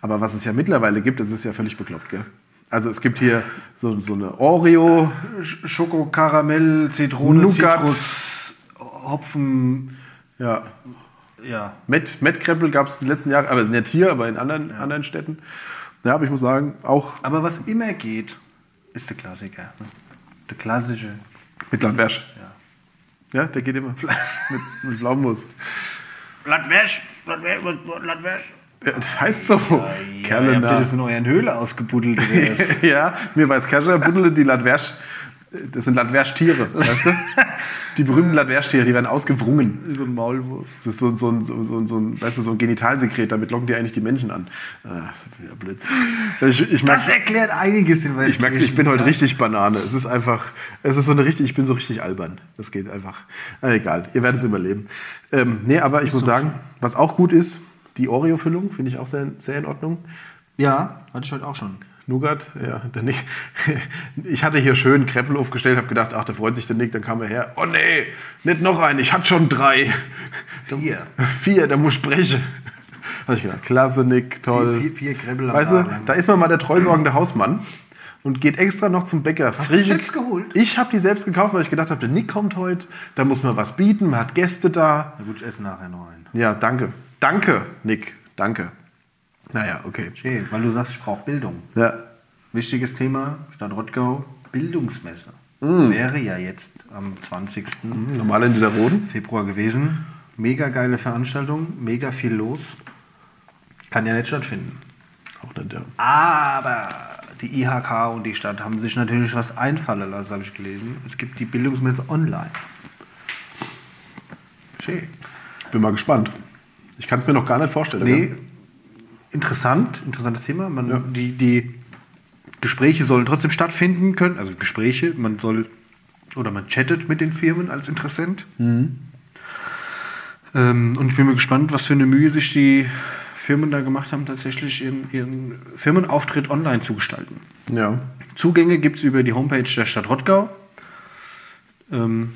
Speaker 2: Aber was es ja mittlerweile gibt, das ist ja völlig bekloppt, gell? Also es gibt hier so, so eine Oreo,
Speaker 3: Sch- Schoko, Karamell, Zitrone,
Speaker 2: Nougat.
Speaker 3: Zitrus, Hopfen,
Speaker 2: ja,
Speaker 3: ja.
Speaker 2: Met, Metkreppel gab es die letzten Jahre, aber nicht hier, aber in anderen, anderen Städten. Ja, aber ich muss sagen, auch
Speaker 3: Aber was immer geht, ist der Klassiker. ne? Der klassische.
Speaker 2: mit Latversch.
Speaker 3: Ja.
Speaker 2: Ja, der geht immer. mit, mit Pflaumenmus.
Speaker 3: Blattwäsch, Blattwäsch, Blattwäsch.
Speaker 2: Ja, das heißt so.
Speaker 3: Ja,
Speaker 2: Kerle
Speaker 3: ihr habt ja
Speaker 2: nach.
Speaker 3: das in euren Höhle ausgebuddelt. oder was?
Speaker 2: ja, mir weiß Kescher, buddele die Latversch. Das sind Landwehrstiere, weißt du? Die berühmten Landwehrstiere, die werden ausgewrungen.
Speaker 4: So ein Maulwurf.
Speaker 2: Das ist so, so, ein- so, so, so, ein, weißt du, so ein Genitalsekret, damit locken die eigentlich die Menschen an. Ah, das ist wieder Blödsinn. Ich, ich merk's-
Speaker 4: Das erklärt einiges in
Speaker 2: ich merk's, ich bin heute richtig Banane. Es ist einfach, es ist so eine richtig, ich bin so richtig albern. Das geht einfach. Na, egal, ihr werdet es überleben. Ähm, nee, aber ich muss sagen, was auch gut ist, die Oreo-Füllung finde ich auch sehr, sehr in Ordnung.
Speaker 3: Ja, hatte ich heute auch schon.
Speaker 2: Nougat, ja, der Nick. Ich hatte hier schön Kreppel aufgestellt, habe gedacht, ach, da freut sich der Nick, dann kam er her. Oh nee, nicht noch einen, ich hatte schon drei.
Speaker 4: Vier.
Speaker 2: Vier, da muss ich sprechen. Habe ich gedacht, klasse, Nick, toll.
Speaker 3: Vier, vier, vier Krebbel am
Speaker 2: Weißt
Speaker 3: Tag
Speaker 2: du,
Speaker 3: lang.
Speaker 2: da ist man mal der treusorgende Hausmann und geht extra noch zum Bäcker.
Speaker 3: Hast du
Speaker 2: Frisch-
Speaker 3: selbst geholt?
Speaker 2: Ich habe die selbst gekauft, weil ich gedacht habe, der Nick kommt heute, da muss man was bieten, man hat Gäste da.
Speaker 3: Na gut, ich esse nachher noch einen.
Speaker 2: Ja, danke. Danke, Nick, danke. Naja, okay.
Speaker 3: Schön, weil du sagst, ich brauche Bildung.
Speaker 2: Ja,
Speaker 3: Wichtiges Thema, Stadt Rottgau, Bildungsmesse.
Speaker 2: Mm.
Speaker 3: Wäre ja jetzt am 20.
Speaker 2: normal in dieser Roden.
Speaker 3: Februar gewesen. Mega geile Veranstaltung, mega viel los. Kann ja nicht stattfinden.
Speaker 2: Auch nicht, ja.
Speaker 3: Aber die IHK und die Stadt haben sich natürlich was einfallen lassen, habe ich gelesen. Es gibt die Bildungsmesse online.
Speaker 2: Schön. Bin mal gespannt. Ich kann es mir noch gar nicht vorstellen.
Speaker 3: Nee,
Speaker 2: gell?
Speaker 3: interessant, interessantes Thema. Man,
Speaker 2: Ja.
Speaker 3: die, die Gespräche sollen trotzdem stattfinden können. Also Gespräche, man soll oder man chattet mit den Firmen als Interessent. Ähm, und ich bin mal gespannt, was für eine Mühe sich die Firmen da gemacht haben, tatsächlich ihren, ihren Firmenauftritt online zu gestalten.
Speaker 2: Ja.
Speaker 3: Zugänge gibt es über die Homepage der Stadt Rottgau. Ähm,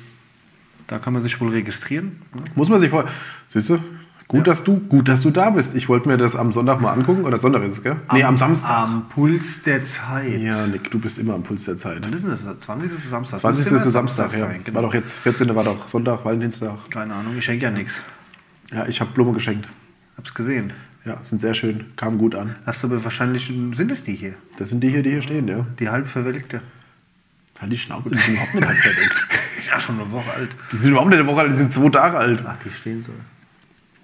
Speaker 3: da kann man sich wohl registrieren. Ne?
Speaker 2: Muss man sich vor. Siehst du? Gut, dass du, gut, dass du da bist. Ich wollte mir das am Sonntag mal angucken. Oder Sonntag ist es, gell? Nee, am Samstag.
Speaker 4: Am Puls der Zeit.
Speaker 2: Ja, Nick, du bist immer am Puls der Zeit.
Speaker 4: Wann ist denn das? 20. ist Samstag.
Speaker 2: 20.
Speaker 4: Müsste
Speaker 2: ist
Speaker 4: immer
Speaker 2: Samstag, ja.
Speaker 4: sein,
Speaker 2: War
Speaker 4: Genau.
Speaker 2: doch jetzt, 14. war doch Sonntag, Valentinstag.
Speaker 4: Keine Ahnung, ich schenke ja nichts.
Speaker 2: Ja, ich habe Blume geschenkt.
Speaker 4: Hab's gesehen.
Speaker 2: Ja, sind sehr schön, kam gut an.
Speaker 4: Hast du aber wahrscheinlich, sind es die hier?
Speaker 2: Das sind die hier, die hier stehen, ja.
Speaker 4: Die halb verwelkte.
Speaker 2: Halt die Schnauze, die sind überhaupt nicht halb verdeckt.
Speaker 4: Ist ja schon eine Woche alt.
Speaker 2: Die sind überhaupt nicht eine Woche alt, die sind zwei Tage alt.
Speaker 3: Ach, die stehen so.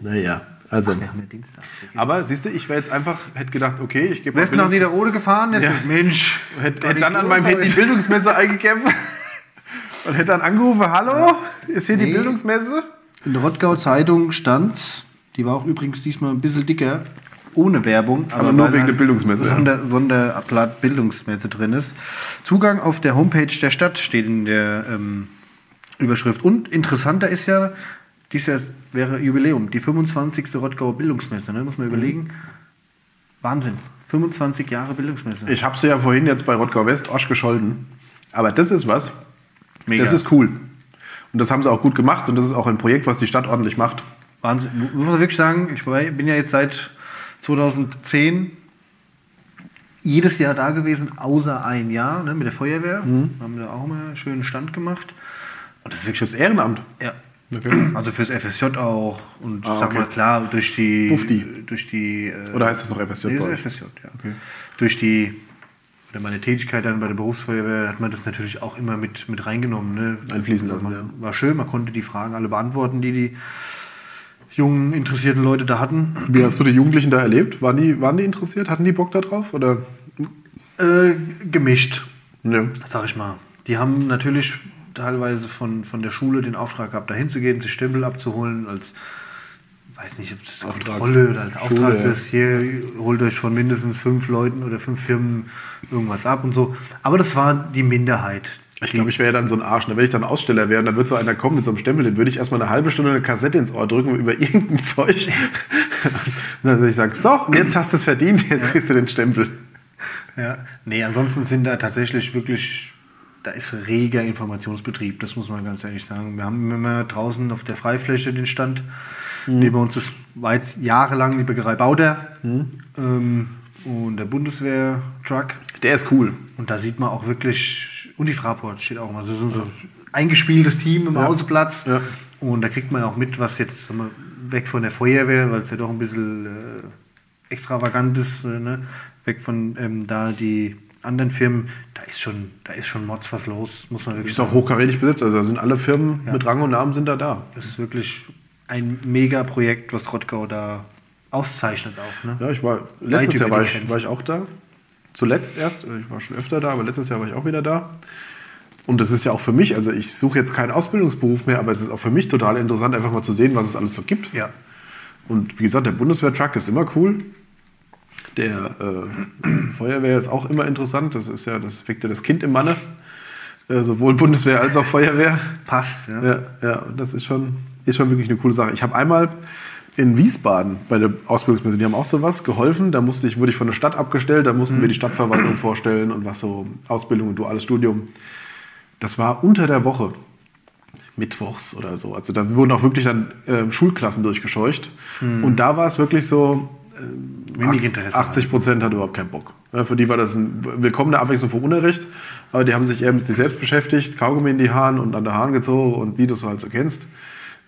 Speaker 2: Naja, also.
Speaker 3: Wir haben ja Dienstag.
Speaker 2: Aber siehst du, ich wäre jetzt einfach, hätte gedacht, okay, ich gebe
Speaker 4: Wärst nach Niederode gefahren? Jetzt
Speaker 2: Ja.
Speaker 4: Mensch.
Speaker 2: Hätte
Speaker 4: gar
Speaker 2: hätt
Speaker 4: nichts
Speaker 2: dann an
Speaker 4: los,
Speaker 2: meinem Handy
Speaker 4: aber-
Speaker 2: Bildungsmesse eingegeben und hätte dann angerufen, hallo, ist hier die
Speaker 3: Nee.
Speaker 2: Bildungsmesse?
Speaker 3: In der Rottgau Zeitung stand, die war auch übrigens diesmal ein bisschen dicker, ohne Werbung,
Speaker 2: Aber nur
Speaker 3: weil
Speaker 2: wegen
Speaker 3: halt
Speaker 2: der Bildungsmesse, ja.
Speaker 3: Sonder, Sonderblatt Bildungsmesse drin ist. Zugang auf der Homepage der Stadt steht in der ähm, Überschrift. Und interessanter ist ja, dies Jahr wäre Jubiläum, die 25. Rottgauer Bildungsmesse. Ne? Muss man überlegen.
Speaker 2: Mhm.
Speaker 3: Wahnsinn. 25 Jahre Bildungsmesse.
Speaker 2: Ich habe sie ja vorhin jetzt bei Rottgau West Osch gescholten. Aber das ist was,
Speaker 3: Mega.
Speaker 2: das ist cool. Und das haben sie auch gut gemacht und das ist auch ein Projekt, was die Stadt ordentlich macht.
Speaker 3: Wahnsinn. Mu- Muss man wirklich sagen, ich war- bin ja jetzt seit 2010 jedes Jahr da gewesen, außer ein Jahr ne, mit der Feuerwehr.
Speaker 2: Mhm.
Speaker 3: Haben da auch mal einen schönen Stand gemacht.
Speaker 2: Und das ist wirklich das Ehrenamt.
Speaker 3: Ja. Also fürs FSJ auch. Und ich
Speaker 2: Ah,
Speaker 3: sag
Speaker 2: okay.
Speaker 3: mal klar, durch die.
Speaker 2: Bufdi.
Speaker 3: Durch die äh,
Speaker 2: Oder heißt das noch FSJ
Speaker 3: Nee,
Speaker 2: bei
Speaker 3: das
Speaker 2: euch?
Speaker 3: ist FSJ, ja. Durch die. Oder meine Tätigkeit dann bei der Berufsfeuerwehr hat man das natürlich auch immer mit, mit reingenommen. Ne?
Speaker 2: Einfließen lassen,
Speaker 3: man,
Speaker 2: ja.
Speaker 3: War schön, man konnte die Fragen alle beantworten, die die jungen, interessierten Leute da hatten.
Speaker 2: Wie hast du die Jugendlichen da erlebt? Waren die, waren die interessiert? Hatten die Bock da drauf? Oder?
Speaker 3: äh, gemischt,
Speaker 2: Ja.
Speaker 3: sag ich mal. Die haben natürlich teilweise von, von der Schule den Auftrag gehabt, da hinzugehen, sich Stempel abzuholen, als weiß nicht, ob das
Speaker 2: Auftrag.
Speaker 3: Kontrolle oder als
Speaker 2: Schule,
Speaker 3: Auftrag
Speaker 2: ja.
Speaker 3: ist, hier holt euch von mindestens fünf Leuten oder fünf Firmen irgendwas ab und so. Aber das war die Minderheit.
Speaker 2: Ich glaube, ich wäre ja dann so ein Arsch. ne? Wenn ich dann Aussteller wäre und dann wird so einer kommen mit so einem Stempel, dann würde ich erstmal eine halbe Stunde eine Kassette ins Ohr drücken über irgendein Zeug. Und dann würde ich sagen, so, und jetzt hast du es verdient, jetzt kriegst du den Stempel.
Speaker 3: Ja. Nee, ansonsten sind da tatsächlich wirklich, da ist reger Informationsbetrieb, das muss man ganz ehrlich sagen. Wir haben immer draußen auf der Freifläche den Stand, neben uns ist, war jetzt jahrelang die Bäckerei Bauder ähm, und der Bundeswehr-Truck.
Speaker 2: Der ist cool.
Speaker 3: Und da sieht man auch wirklich, und die Fraport steht auch immer, so, so so eingespieltes Team im Außenplatz.
Speaker 2: Ja.
Speaker 3: Und da kriegt man ja auch mit, was jetzt sagen wir, weg von der Feuerwehr, weil es ja doch ein bisschen äh, extravagant ist, äh, ne? weg von ähm, da die anderen Firmen, da ist schon, da ist schon Mods was los, muss man wirklich
Speaker 2: Ist auch hochkarätig besetzt. Also da sind alle Firmen mit Rang und Namen sind da da.
Speaker 3: Das ist wirklich ein mega Projekt, was Rottgau da auszeichnet auch. Ne?
Speaker 2: Ja, ich war letztes
Speaker 3: über
Speaker 2: Jahr war
Speaker 3: die
Speaker 2: ich,
Speaker 3: Grenzen.
Speaker 2: war ich auch da. Zuletzt erst, ich war schon öfter da, aber letztes Jahr war ich auch wieder da. Und das ist ja auch für mich, also ich suche jetzt keinen Ausbildungsberuf mehr, aber es ist auch für mich total interessant, einfach mal zu sehen, was es alles so gibt.
Speaker 3: Ja.
Speaker 2: Und wie gesagt, der Bundeswehr-Truck ist immer cool. Der äh, Feuerwehr ist auch immer interessant. Das ist ja, das weckt ja das Kind im Manne. Äh, sowohl Bundeswehr als auch Feuerwehr.
Speaker 3: Passt. Ja.
Speaker 2: Ja, ja, und das ist schon, ist schon wirklich eine coole Sache. Ich habe einmal in Wiesbaden bei der Ausbildungsmesse, die haben auch sowas geholfen. Da musste ich, wurde ich von der Stadt abgestellt, da mussten wir die Stadtverwaltung vorstellen und was so Ausbildung und duales Studium. Das war unter der Woche, mittwochs oder so. Also da wurden auch wirklich dann ähm, Schulklassen durchgescheucht. Und da war es wirklich so,
Speaker 3: Wenig
Speaker 2: 80
Speaker 3: Interesse.
Speaker 2: 80 Prozent hat überhaupt keinen Bock. Ja, für die war das ein willkommene Abwechslung vom Unterricht. Aber die haben sich eher mit sich selbst beschäftigt, Kaugummi in die Haaren und an der Haaren gezogen und wie du es halt so kennst.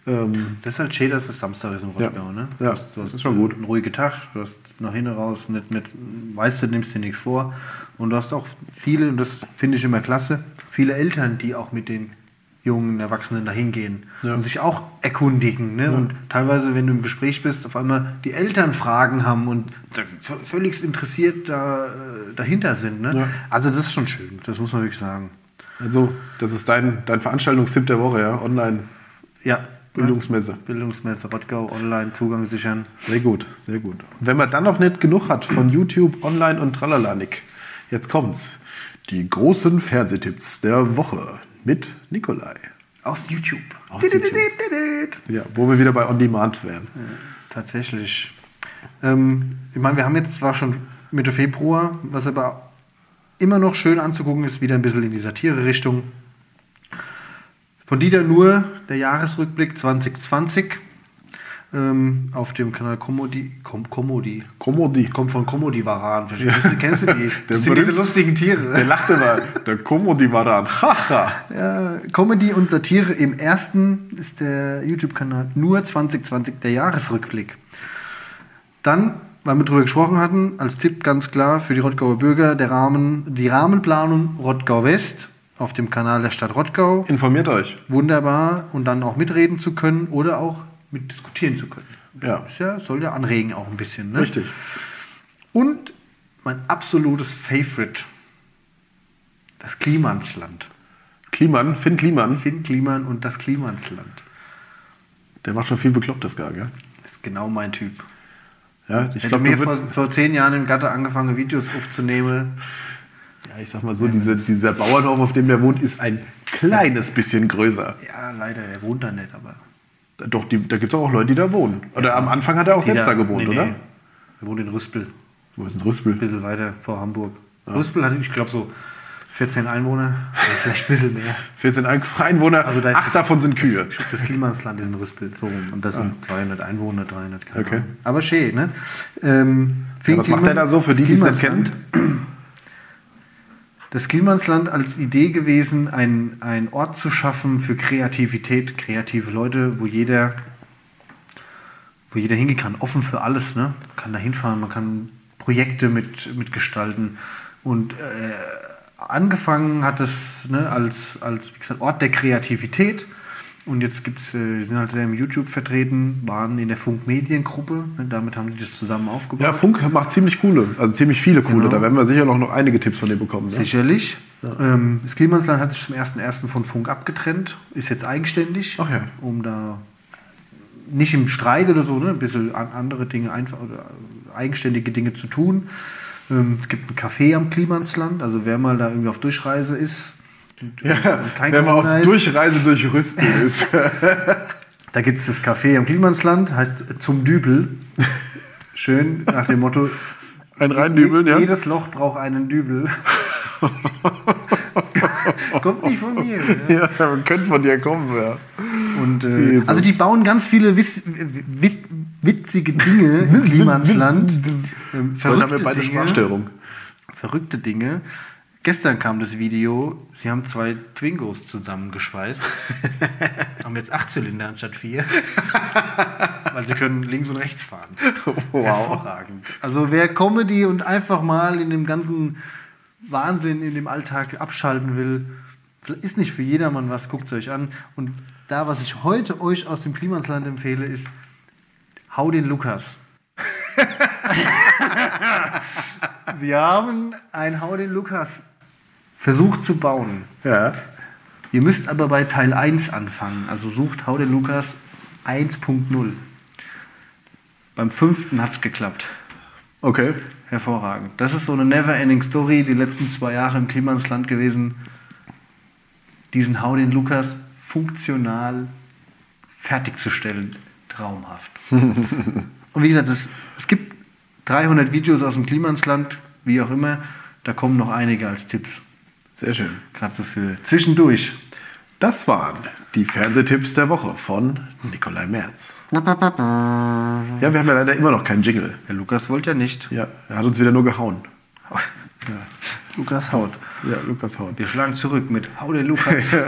Speaker 2: Ähm,
Speaker 3: Das ist halt schön, dass es Samstag ist im Rottgau, ne?
Speaker 2: Ja,
Speaker 3: Du hast, du
Speaker 2: das
Speaker 3: hast
Speaker 2: ist schon gut.
Speaker 3: Einen ruhigen Tag, du hast nach hinten raus, nicht, nicht, weißt du, nimmst dir nichts vor. Und du hast auch viele, und das finde ich immer klasse, viele Eltern, die auch mit den jungen Erwachsenen dahin gehen
Speaker 2: Ja.
Speaker 3: und sich auch erkundigen. Ne? Und teilweise, wenn du im Gespräch bist, auf einmal die Eltern Fragen haben und da v- völlig interessiert da, äh, dahinter sind. Ne?
Speaker 2: Ja.
Speaker 3: Also das ist schon schön, das muss man wirklich sagen.
Speaker 2: also, das ist dein, dein Veranstaltungstipp der Woche, ja?
Speaker 3: Ja, ne?
Speaker 2: Online-Bildungsmesse.
Speaker 3: Bildungsmesse Rottgau, online Zugang sichern.
Speaker 2: Sehr gut, sehr gut. Und wenn man dann noch nicht genug hat von YouTube, Online und tralala, Nick, jetzt kommt's. Die großen Fernsehtipps der Woche mit Nikolai.
Speaker 3: Aus YouTube.
Speaker 2: Aus YouTube. Ja, wo wir wieder bei On Demand wären.
Speaker 3: Tatsächlich. Ähm, ich meine, wir haben jetzt zwar schon Mitte Februar, was aber immer noch schön anzugucken ist, wieder ein bisschen in die Satire-Richtung. Von Dieter Nuhr, der Jahresrückblick 2020 ähm, auf dem Kanal Comedy. Com Comedy.
Speaker 2: Komodi.
Speaker 3: Kommt von Comedy Waran. Verstehst du? Kennst du die? Das sind
Speaker 2: berühmte-
Speaker 3: diese lustigen Tiere.
Speaker 2: Der lachte mal. Der Komodi war da. Haha.
Speaker 3: Ja, Äh, Comedy und Satire im ersten ist der YouTube-Kanal nur 2020 der Jahresrückblick. Dann, weil wir drüber gesprochen hatten, als Tipp ganz klar für die Rottgauer Bürger der Rahmen, die Rahmenplanung Rottgau West auf dem Kanal der Stadt Rottgau.
Speaker 2: Informiert euch.
Speaker 3: Wunderbar und dann auch mitreden zu können oder auch mit diskutieren zu können.
Speaker 2: Ja.
Speaker 3: Ist ja soll ja anregen auch ein bisschen. Ne?
Speaker 2: Richtig.
Speaker 3: Und mein absolutes Favorite, das Klimansland.
Speaker 2: Kliman, Finn Kliman,
Speaker 3: Finn Kliman und das Klimansland.
Speaker 2: der macht schon viel Beklopptes gar, gell?
Speaker 3: Das ist genau mein Typ.
Speaker 2: Ja, ich
Speaker 3: Hätte
Speaker 2: glaube,
Speaker 3: mir
Speaker 2: der
Speaker 3: vor,
Speaker 2: wird,
Speaker 3: vor zehn Jahren im Gatter angefangen, Videos aufzunehmen.
Speaker 2: ja, ich sag mal so, diese, dieser Bauernhof, auf dem der wohnt, ist ein kleines bisschen größer.
Speaker 3: Ja, leider, er wohnt da nicht, aber.
Speaker 2: Doch, die, da gibt es auch Leute, die da wohnen. Oder am Anfang hat er auch selbst da gewohnt,
Speaker 3: Nee, nee.
Speaker 2: oder?
Speaker 3: Er wohnt in Rüspel, ein
Speaker 2: Wo ist denn Rüspel?
Speaker 3: bisschen weiter vor Hamburg. Rüspel hatte, ich glaube, so 14 Einwohner, oder vielleicht ein bisschen mehr.
Speaker 2: 14 Ein- Einwohner,
Speaker 3: Also da ist
Speaker 2: acht
Speaker 3: das-
Speaker 2: davon sind Kühe. Ah.
Speaker 3: Das, das Klimansland ist in Rüspel, so rum. Und das sind 200 Einwohner, 300, keine
Speaker 2: Okay.
Speaker 3: Ahnung. Aber schön, ne? Ähm,
Speaker 2: Ja, was macht er da so für die, die es nicht kennen?
Speaker 3: Das Klimansland als Idee gewesen, einen, einen Ort zu schaffen für Kreativität, kreative Leute, wo jeder, wo jeder hingehen kann, offen für alles. Ne? Man kann da hinfahren, man kann Projekte mit, mitgestalten. Und äh, angefangen hat es ne, als, als wie gesagt, Ort der Kreativität. Und jetzt gibt's, äh, die sind halt sehr im YouTube vertreten, waren in der Funkmediengruppe, ne, damit haben die das zusammen aufgebaut.
Speaker 2: Ja, Funk macht ziemlich coole, also ziemlich viele coole.
Speaker 3: Genau.
Speaker 2: Da werden wir sicher noch, noch einige Tipps von dem bekommen. Ne?
Speaker 3: Sicherlich. Ähm, das Klimansland hat sich zum 1.1. von Funk abgetrennt, ist jetzt eigenständig,
Speaker 2: Ach ja.
Speaker 3: um da nicht im Streit oder so, ne, ein bisschen an andere Dinge, einfach oder eigenständige Dinge zu tun. Ähm, es gibt ein Café am Klimansland, also wer mal da irgendwie auf Durchreise ist und, äh,
Speaker 2: Ja,
Speaker 3: und
Speaker 2: wenn man
Speaker 3: Corona
Speaker 2: auf
Speaker 3: ist,
Speaker 2: Durchreise durch Rüspel ist.
Speaker 3: da gibt es das Café am Klimansland, heißt zum Dübel. Schön nach dem Motto,
Speaker 2: Ein reindübeln,
Speaker 3: Je-
Speaker 2: ja?
Speaker 3: Jedes Loch braucht einen Dübel. Kommt nicht von mir. Ja.
Speaker 2: Ja, man könnte von dir kommen, ja.
Speaker 3: Und, äh,
Speaker 2: Jesus.
Speaker 3: also die bauen ganz viele witz, witz, witzige Dinge im Klimansland. Ähm,
Speaker 2: Dann haben wir
Speaker 3: verrückte,
Speaker 2: beide
Speaker 3: Dinge,
Speaker 2: Sprachstörung.
Speaker 3: verrückte Dinge. Gestern kam das Video, sie haben zwei Twingos zusammengeschweißt. haben jetzt acht Zylinder anstatt vier. Weil sie können links und rechts fahren.
Speaker 2: Wow.
Speaker 3: Hervorragend. Also wer Comedy und einfach mal in dem ganzen Wahnsinn in dem Alltag abschalten will, ist nicht für jedermann was, guckt euch an. Und da, was ich heute euch aus dem Klimansland empfehle, ist, hau den Lukas. Sie haben ein Hau den Lukas versucht zu bauen.
Speaker 2: Ja.
Speaker 3: Ihr müsst aber bei Teil 1 anfangen. Also sucht Hau der Lukas 1.0. Beim fünften hat es geklappt.
Speaker 2: Okay.
Speaker 3: Hervorragend. Das ist so eine never-ending Story, die letzten zwei Jahre im Klimansland gewesen. Diesen Hau den Lukas funktional fertigzustellen. Traumhaft. Und wie gesagt, es, es gibt 300 Videos aus dem Klimansland, wie auch immer. Da kommen noch einige als Tipps.
Speaker 2: Sehr schön.
Speaker 3: Gerade so für zwischendurch.
Speaker 2: Das waren die Fernsehtipps der Woche von Nikolai Merz. Ja, wir haben ja leider immer noch keinen Jingle.
Speaker 3: Der Lukas wollte ja nicht.
Speaker 2: Ja, er hat uns wieder nur gehauen.
Speaker 3: Lukas haut.
Speaker 2: Ja, Lukas hauen.
Speaker 3: Wir schlagen zurück mit Hau der Lukas. ich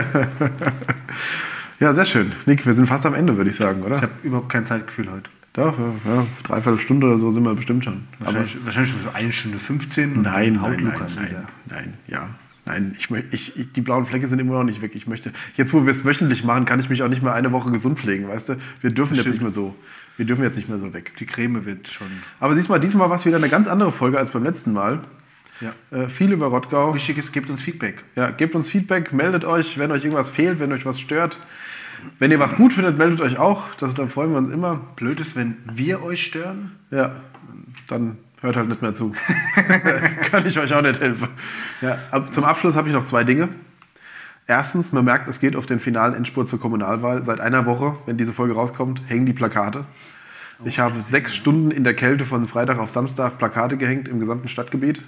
Speaker 2: Ja, sehr schön. Nick, wir sind fast am Ende, würde ich sagen, oder?
Speaker 3: habe überhaupt kein Zeitgefühl heute.
Speaker 2: Doch, ja, ja, dreiviertel Stunde oder so sind wir bestimmt schon. Aber
Speaker 3: Wahrscheinlich, wahrscheinlich so eine Stunde 15 und
Speaker 2: nein,
Speaker 3: dann haut
Speaker 2: nein,
Speaker 3: Lukas
Speaker 2: nein,
Speaker 3: wieder.
Speaker 2: nein, nein, ja. Nein, ich, mö- ich, ich, die blauen Flecke sind immer noch nicht weg. Ich möchte, jetzt wo wir es wöchentlich machen, kann ich mich auch nicht mehr eine Woche gesund pflegen, weißt du? Wir dürfen jetzt
Speaker 3: Stimmt.
Speaker 2: nicht mehr so, wir dürfen jetzt nicht mehr so weg.
Speaker 3: Die Creme wird schon.
Speaker 2: Aber siehst mal, diesmal war es wieder eine ganz andere Folge als beim letzten Mal.
Speaker 3: Ja.
Speaker 2: Äh, viel über Rottgau.
Speaker 3: Wichtig ist, gebt uns Feedback.
Speaker 2: Ja, gebt uns Feedback, meldet euch, wenn euch irgendwas fehlt, wenn euch was stört. Wenn ihr was gut findet, meldet euch auch. Das, dann freuen wir uns immer.
Speaker 3: Blöd ist, wenn wir euch stören.
Speaker 2: Ja, dann hört halt nicht mehr zu. Kann ich euch auch nicht helfen. Ja, ab, zum Abschluss habe ich noch zwei Dinge. Erstens, man merkt, es geht auf den finalen Endspurt zur Kommunalwahl. Seit einer Woche, wenn diese Folge rauskommt, hängen die Plakate. Ich
Speaker 3: Oh,
Speaker 2: habe sechs Stunden in der Kälte von Freitag auf Samstag Plakate gehängt im gesamten Stadtgebiet.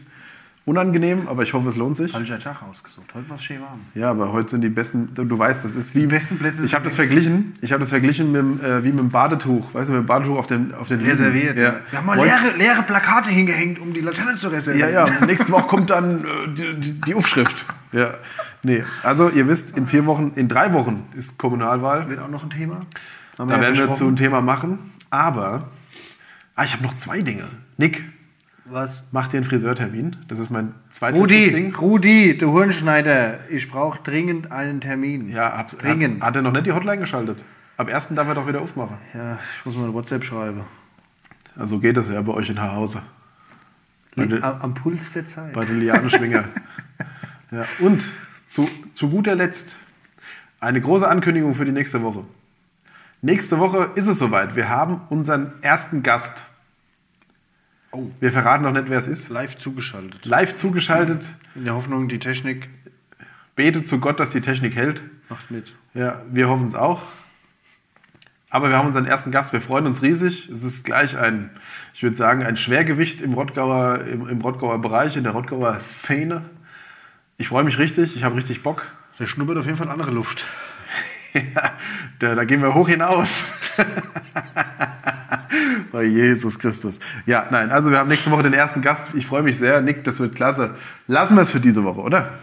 Speaker 2: Unangenehm, aber ich hoffe, es lohnt sich.
Speaker 3: Falscher Tag ausgesucht. Heute war es schön warm.
Speaker 2: Ja, aber heute sind die besten, du, du weißt, das ist wie. Die
Speaker 3: besten Plätze
Speaker 2: Ich habe
Speaker 3: sind
Speaker 2: das verglichen, ich habe das verglichen mit, dem, äh, wie mit dem Badetuch, weißt du, mit dem Badetuch auf den, auf den Liegen.
Speaker 3: Reserviert.
Speaker 2: Ja.
Speaker 3: Wir haben mal
Speaker 2: Wollt-
Speaker 3: leere, leere Plakate hingehängt, um die Laterne zu
Speaker 2: Ja,
Speaker 3: reservieren.
Speaker 2: ja, und nächste Woche kommt dann äh, die, die, die Aufschrift. Ja. Nee, also ihr wisst, in vier Wochen, in drei Wochen ist Kommunalwahl.
Speaker 3: Wird auch noch ein Thema. Haben
Speaker 2: Da werden
Speaker 3: ja
Speaker 2: wir zu
Speaker 3: versprochen.
Speaker 2: einem Thema machen. Aber, ah, ich habe noch zwei Dinge. Nick,
Speaker 3: Was?
Speaker 2: mach dir einen Friseurtermin. Das ist mein zweites
Speaker 3: Rudi,
Speaker 2: Ding.
Speaker 3: Rudi, du Hirnschneider, ich brauche dringend einen Termin.
Speaker 2: Ja, hab's, hat,
Speaker 3: dringend.
Speaker 2: hat er noch nicht die Hotline geschaltet. Ab 1. darf er doch wieder aufmachen.
Speaker 3: Ja, ich muss mal eine WhatsApp schreiben.
Speaker 2: Also geht das ja bei euch in Hause. Bei,
Speaker 3: Liegt
Speaker 2: der-
Speaker 3: am, am Puls der Zeit.
Speaker 2: bei der Liane Schwinger. ja, und zu, zu guter Letzt eine große Ankündigung für die nächste Woche. Nächste Woche ist es soweit. Wir haben unseren ersten Gast.
Speaker 3: Oh.
Speaker 2: Wir verraten noch nicht, wer es ist.
Speaker 3: Live zugeschaltet.
Speaker 2: Live zugeschaltet.
Speaker 3: In der Hoffnung, die Technik
Speaker 2: Betet zu Gott, dass die Technik hält.
Speaker 3: macht mit.
Speaker 2: Ja, wir hoffen es auch. Aber wir haben unseren ersten Gast. Wir freuen uns riesig. Es ist gleich ein, ich würde sagen, ein Schwergewicht im Rottgauer, im, im Rottgauer Bereich, in der Rottgauer Szene. Ich freue mich richtig. Ich habe richtig Bock.
Speaker 3: Der schnuppert auf jeden Fall andere Luft.
Speaker 2: Ja, da, da gehen wir hoch hinaus. Bei Jesus Christus. Ja, nein, also wir haben nächste Woche den ersten Gast. Ich freue mich sehr. Nick, das wird klasse. Lassen wir es für diese Woche, oder?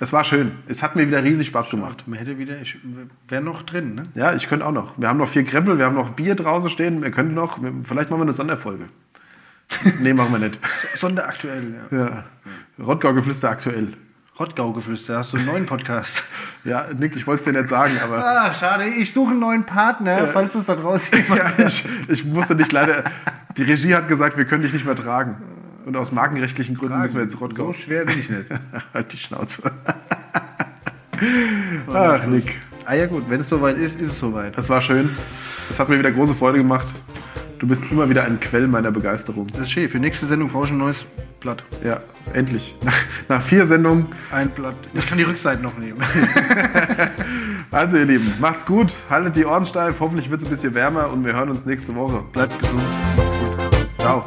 Speaker 2: Es war schön. Es hat mir wieder riesig Spaß gemacht.
Speaker 3: Man hätte wieder, ich wäre noch drin, ne?
Speaker 2: Ja, ich könnte auch noch. Wir haben noch vier Kreppel, wir haben noch Bier draußen stehen. Wir können noch, vielleicht machen wir eine Sonderfolge. nee, machen wir nicht.
Speaker 3: Sonderaktuell, ja.
Speaker 2: Ja. Rottgau-Geflüster aktuell.
Speaker 3: Rottgau-Geflüster, hast du einen neuen Podcast?
Speaker 2: Ja, Nick, ich wollte es dir nicht sagen, aber...
Speaker 3: ah, schade, ich suche einen neuen Partner, falls es da draußen jemand
Speaker 2: Ja, ich, ich musste dich leider. Die Regie hat gesagt, wir können dich nicht mehr tragen. Und aus markenrechtlichen Gründen müssen wir jetzt Rottgau.
Speaker 3: So schwer bin ich nicht.
Speaker 2: halt die Schnauze. Ach, Nick.
Speaker 3: Ah ja gut, wenn es soweit ist, ist es soweit.
Speaker 2: Das war schön. Das hat mir wieder große Freude gemacht. Du bist immer wieder ein Quell meiner Begeisterung.
Speaker 3: Das ist schön, für nächste Sendung brauche ich ein neues Blatt.
Speaker 2: Ja, endlich. Nach, nach vier Sendungen.
Speaker 3: Ein Blatt. Ich kann die Rückseite noch nehmen.
Speaker 2: Also, ihr Lieben, macht's gut. Haltet die Ohren steif. Hoffentlich wird es ein bisschen wärmer und wir hören uns nächste Woche.
Speaker 3: Bleibt gesund.
Speaker 2: Ciao.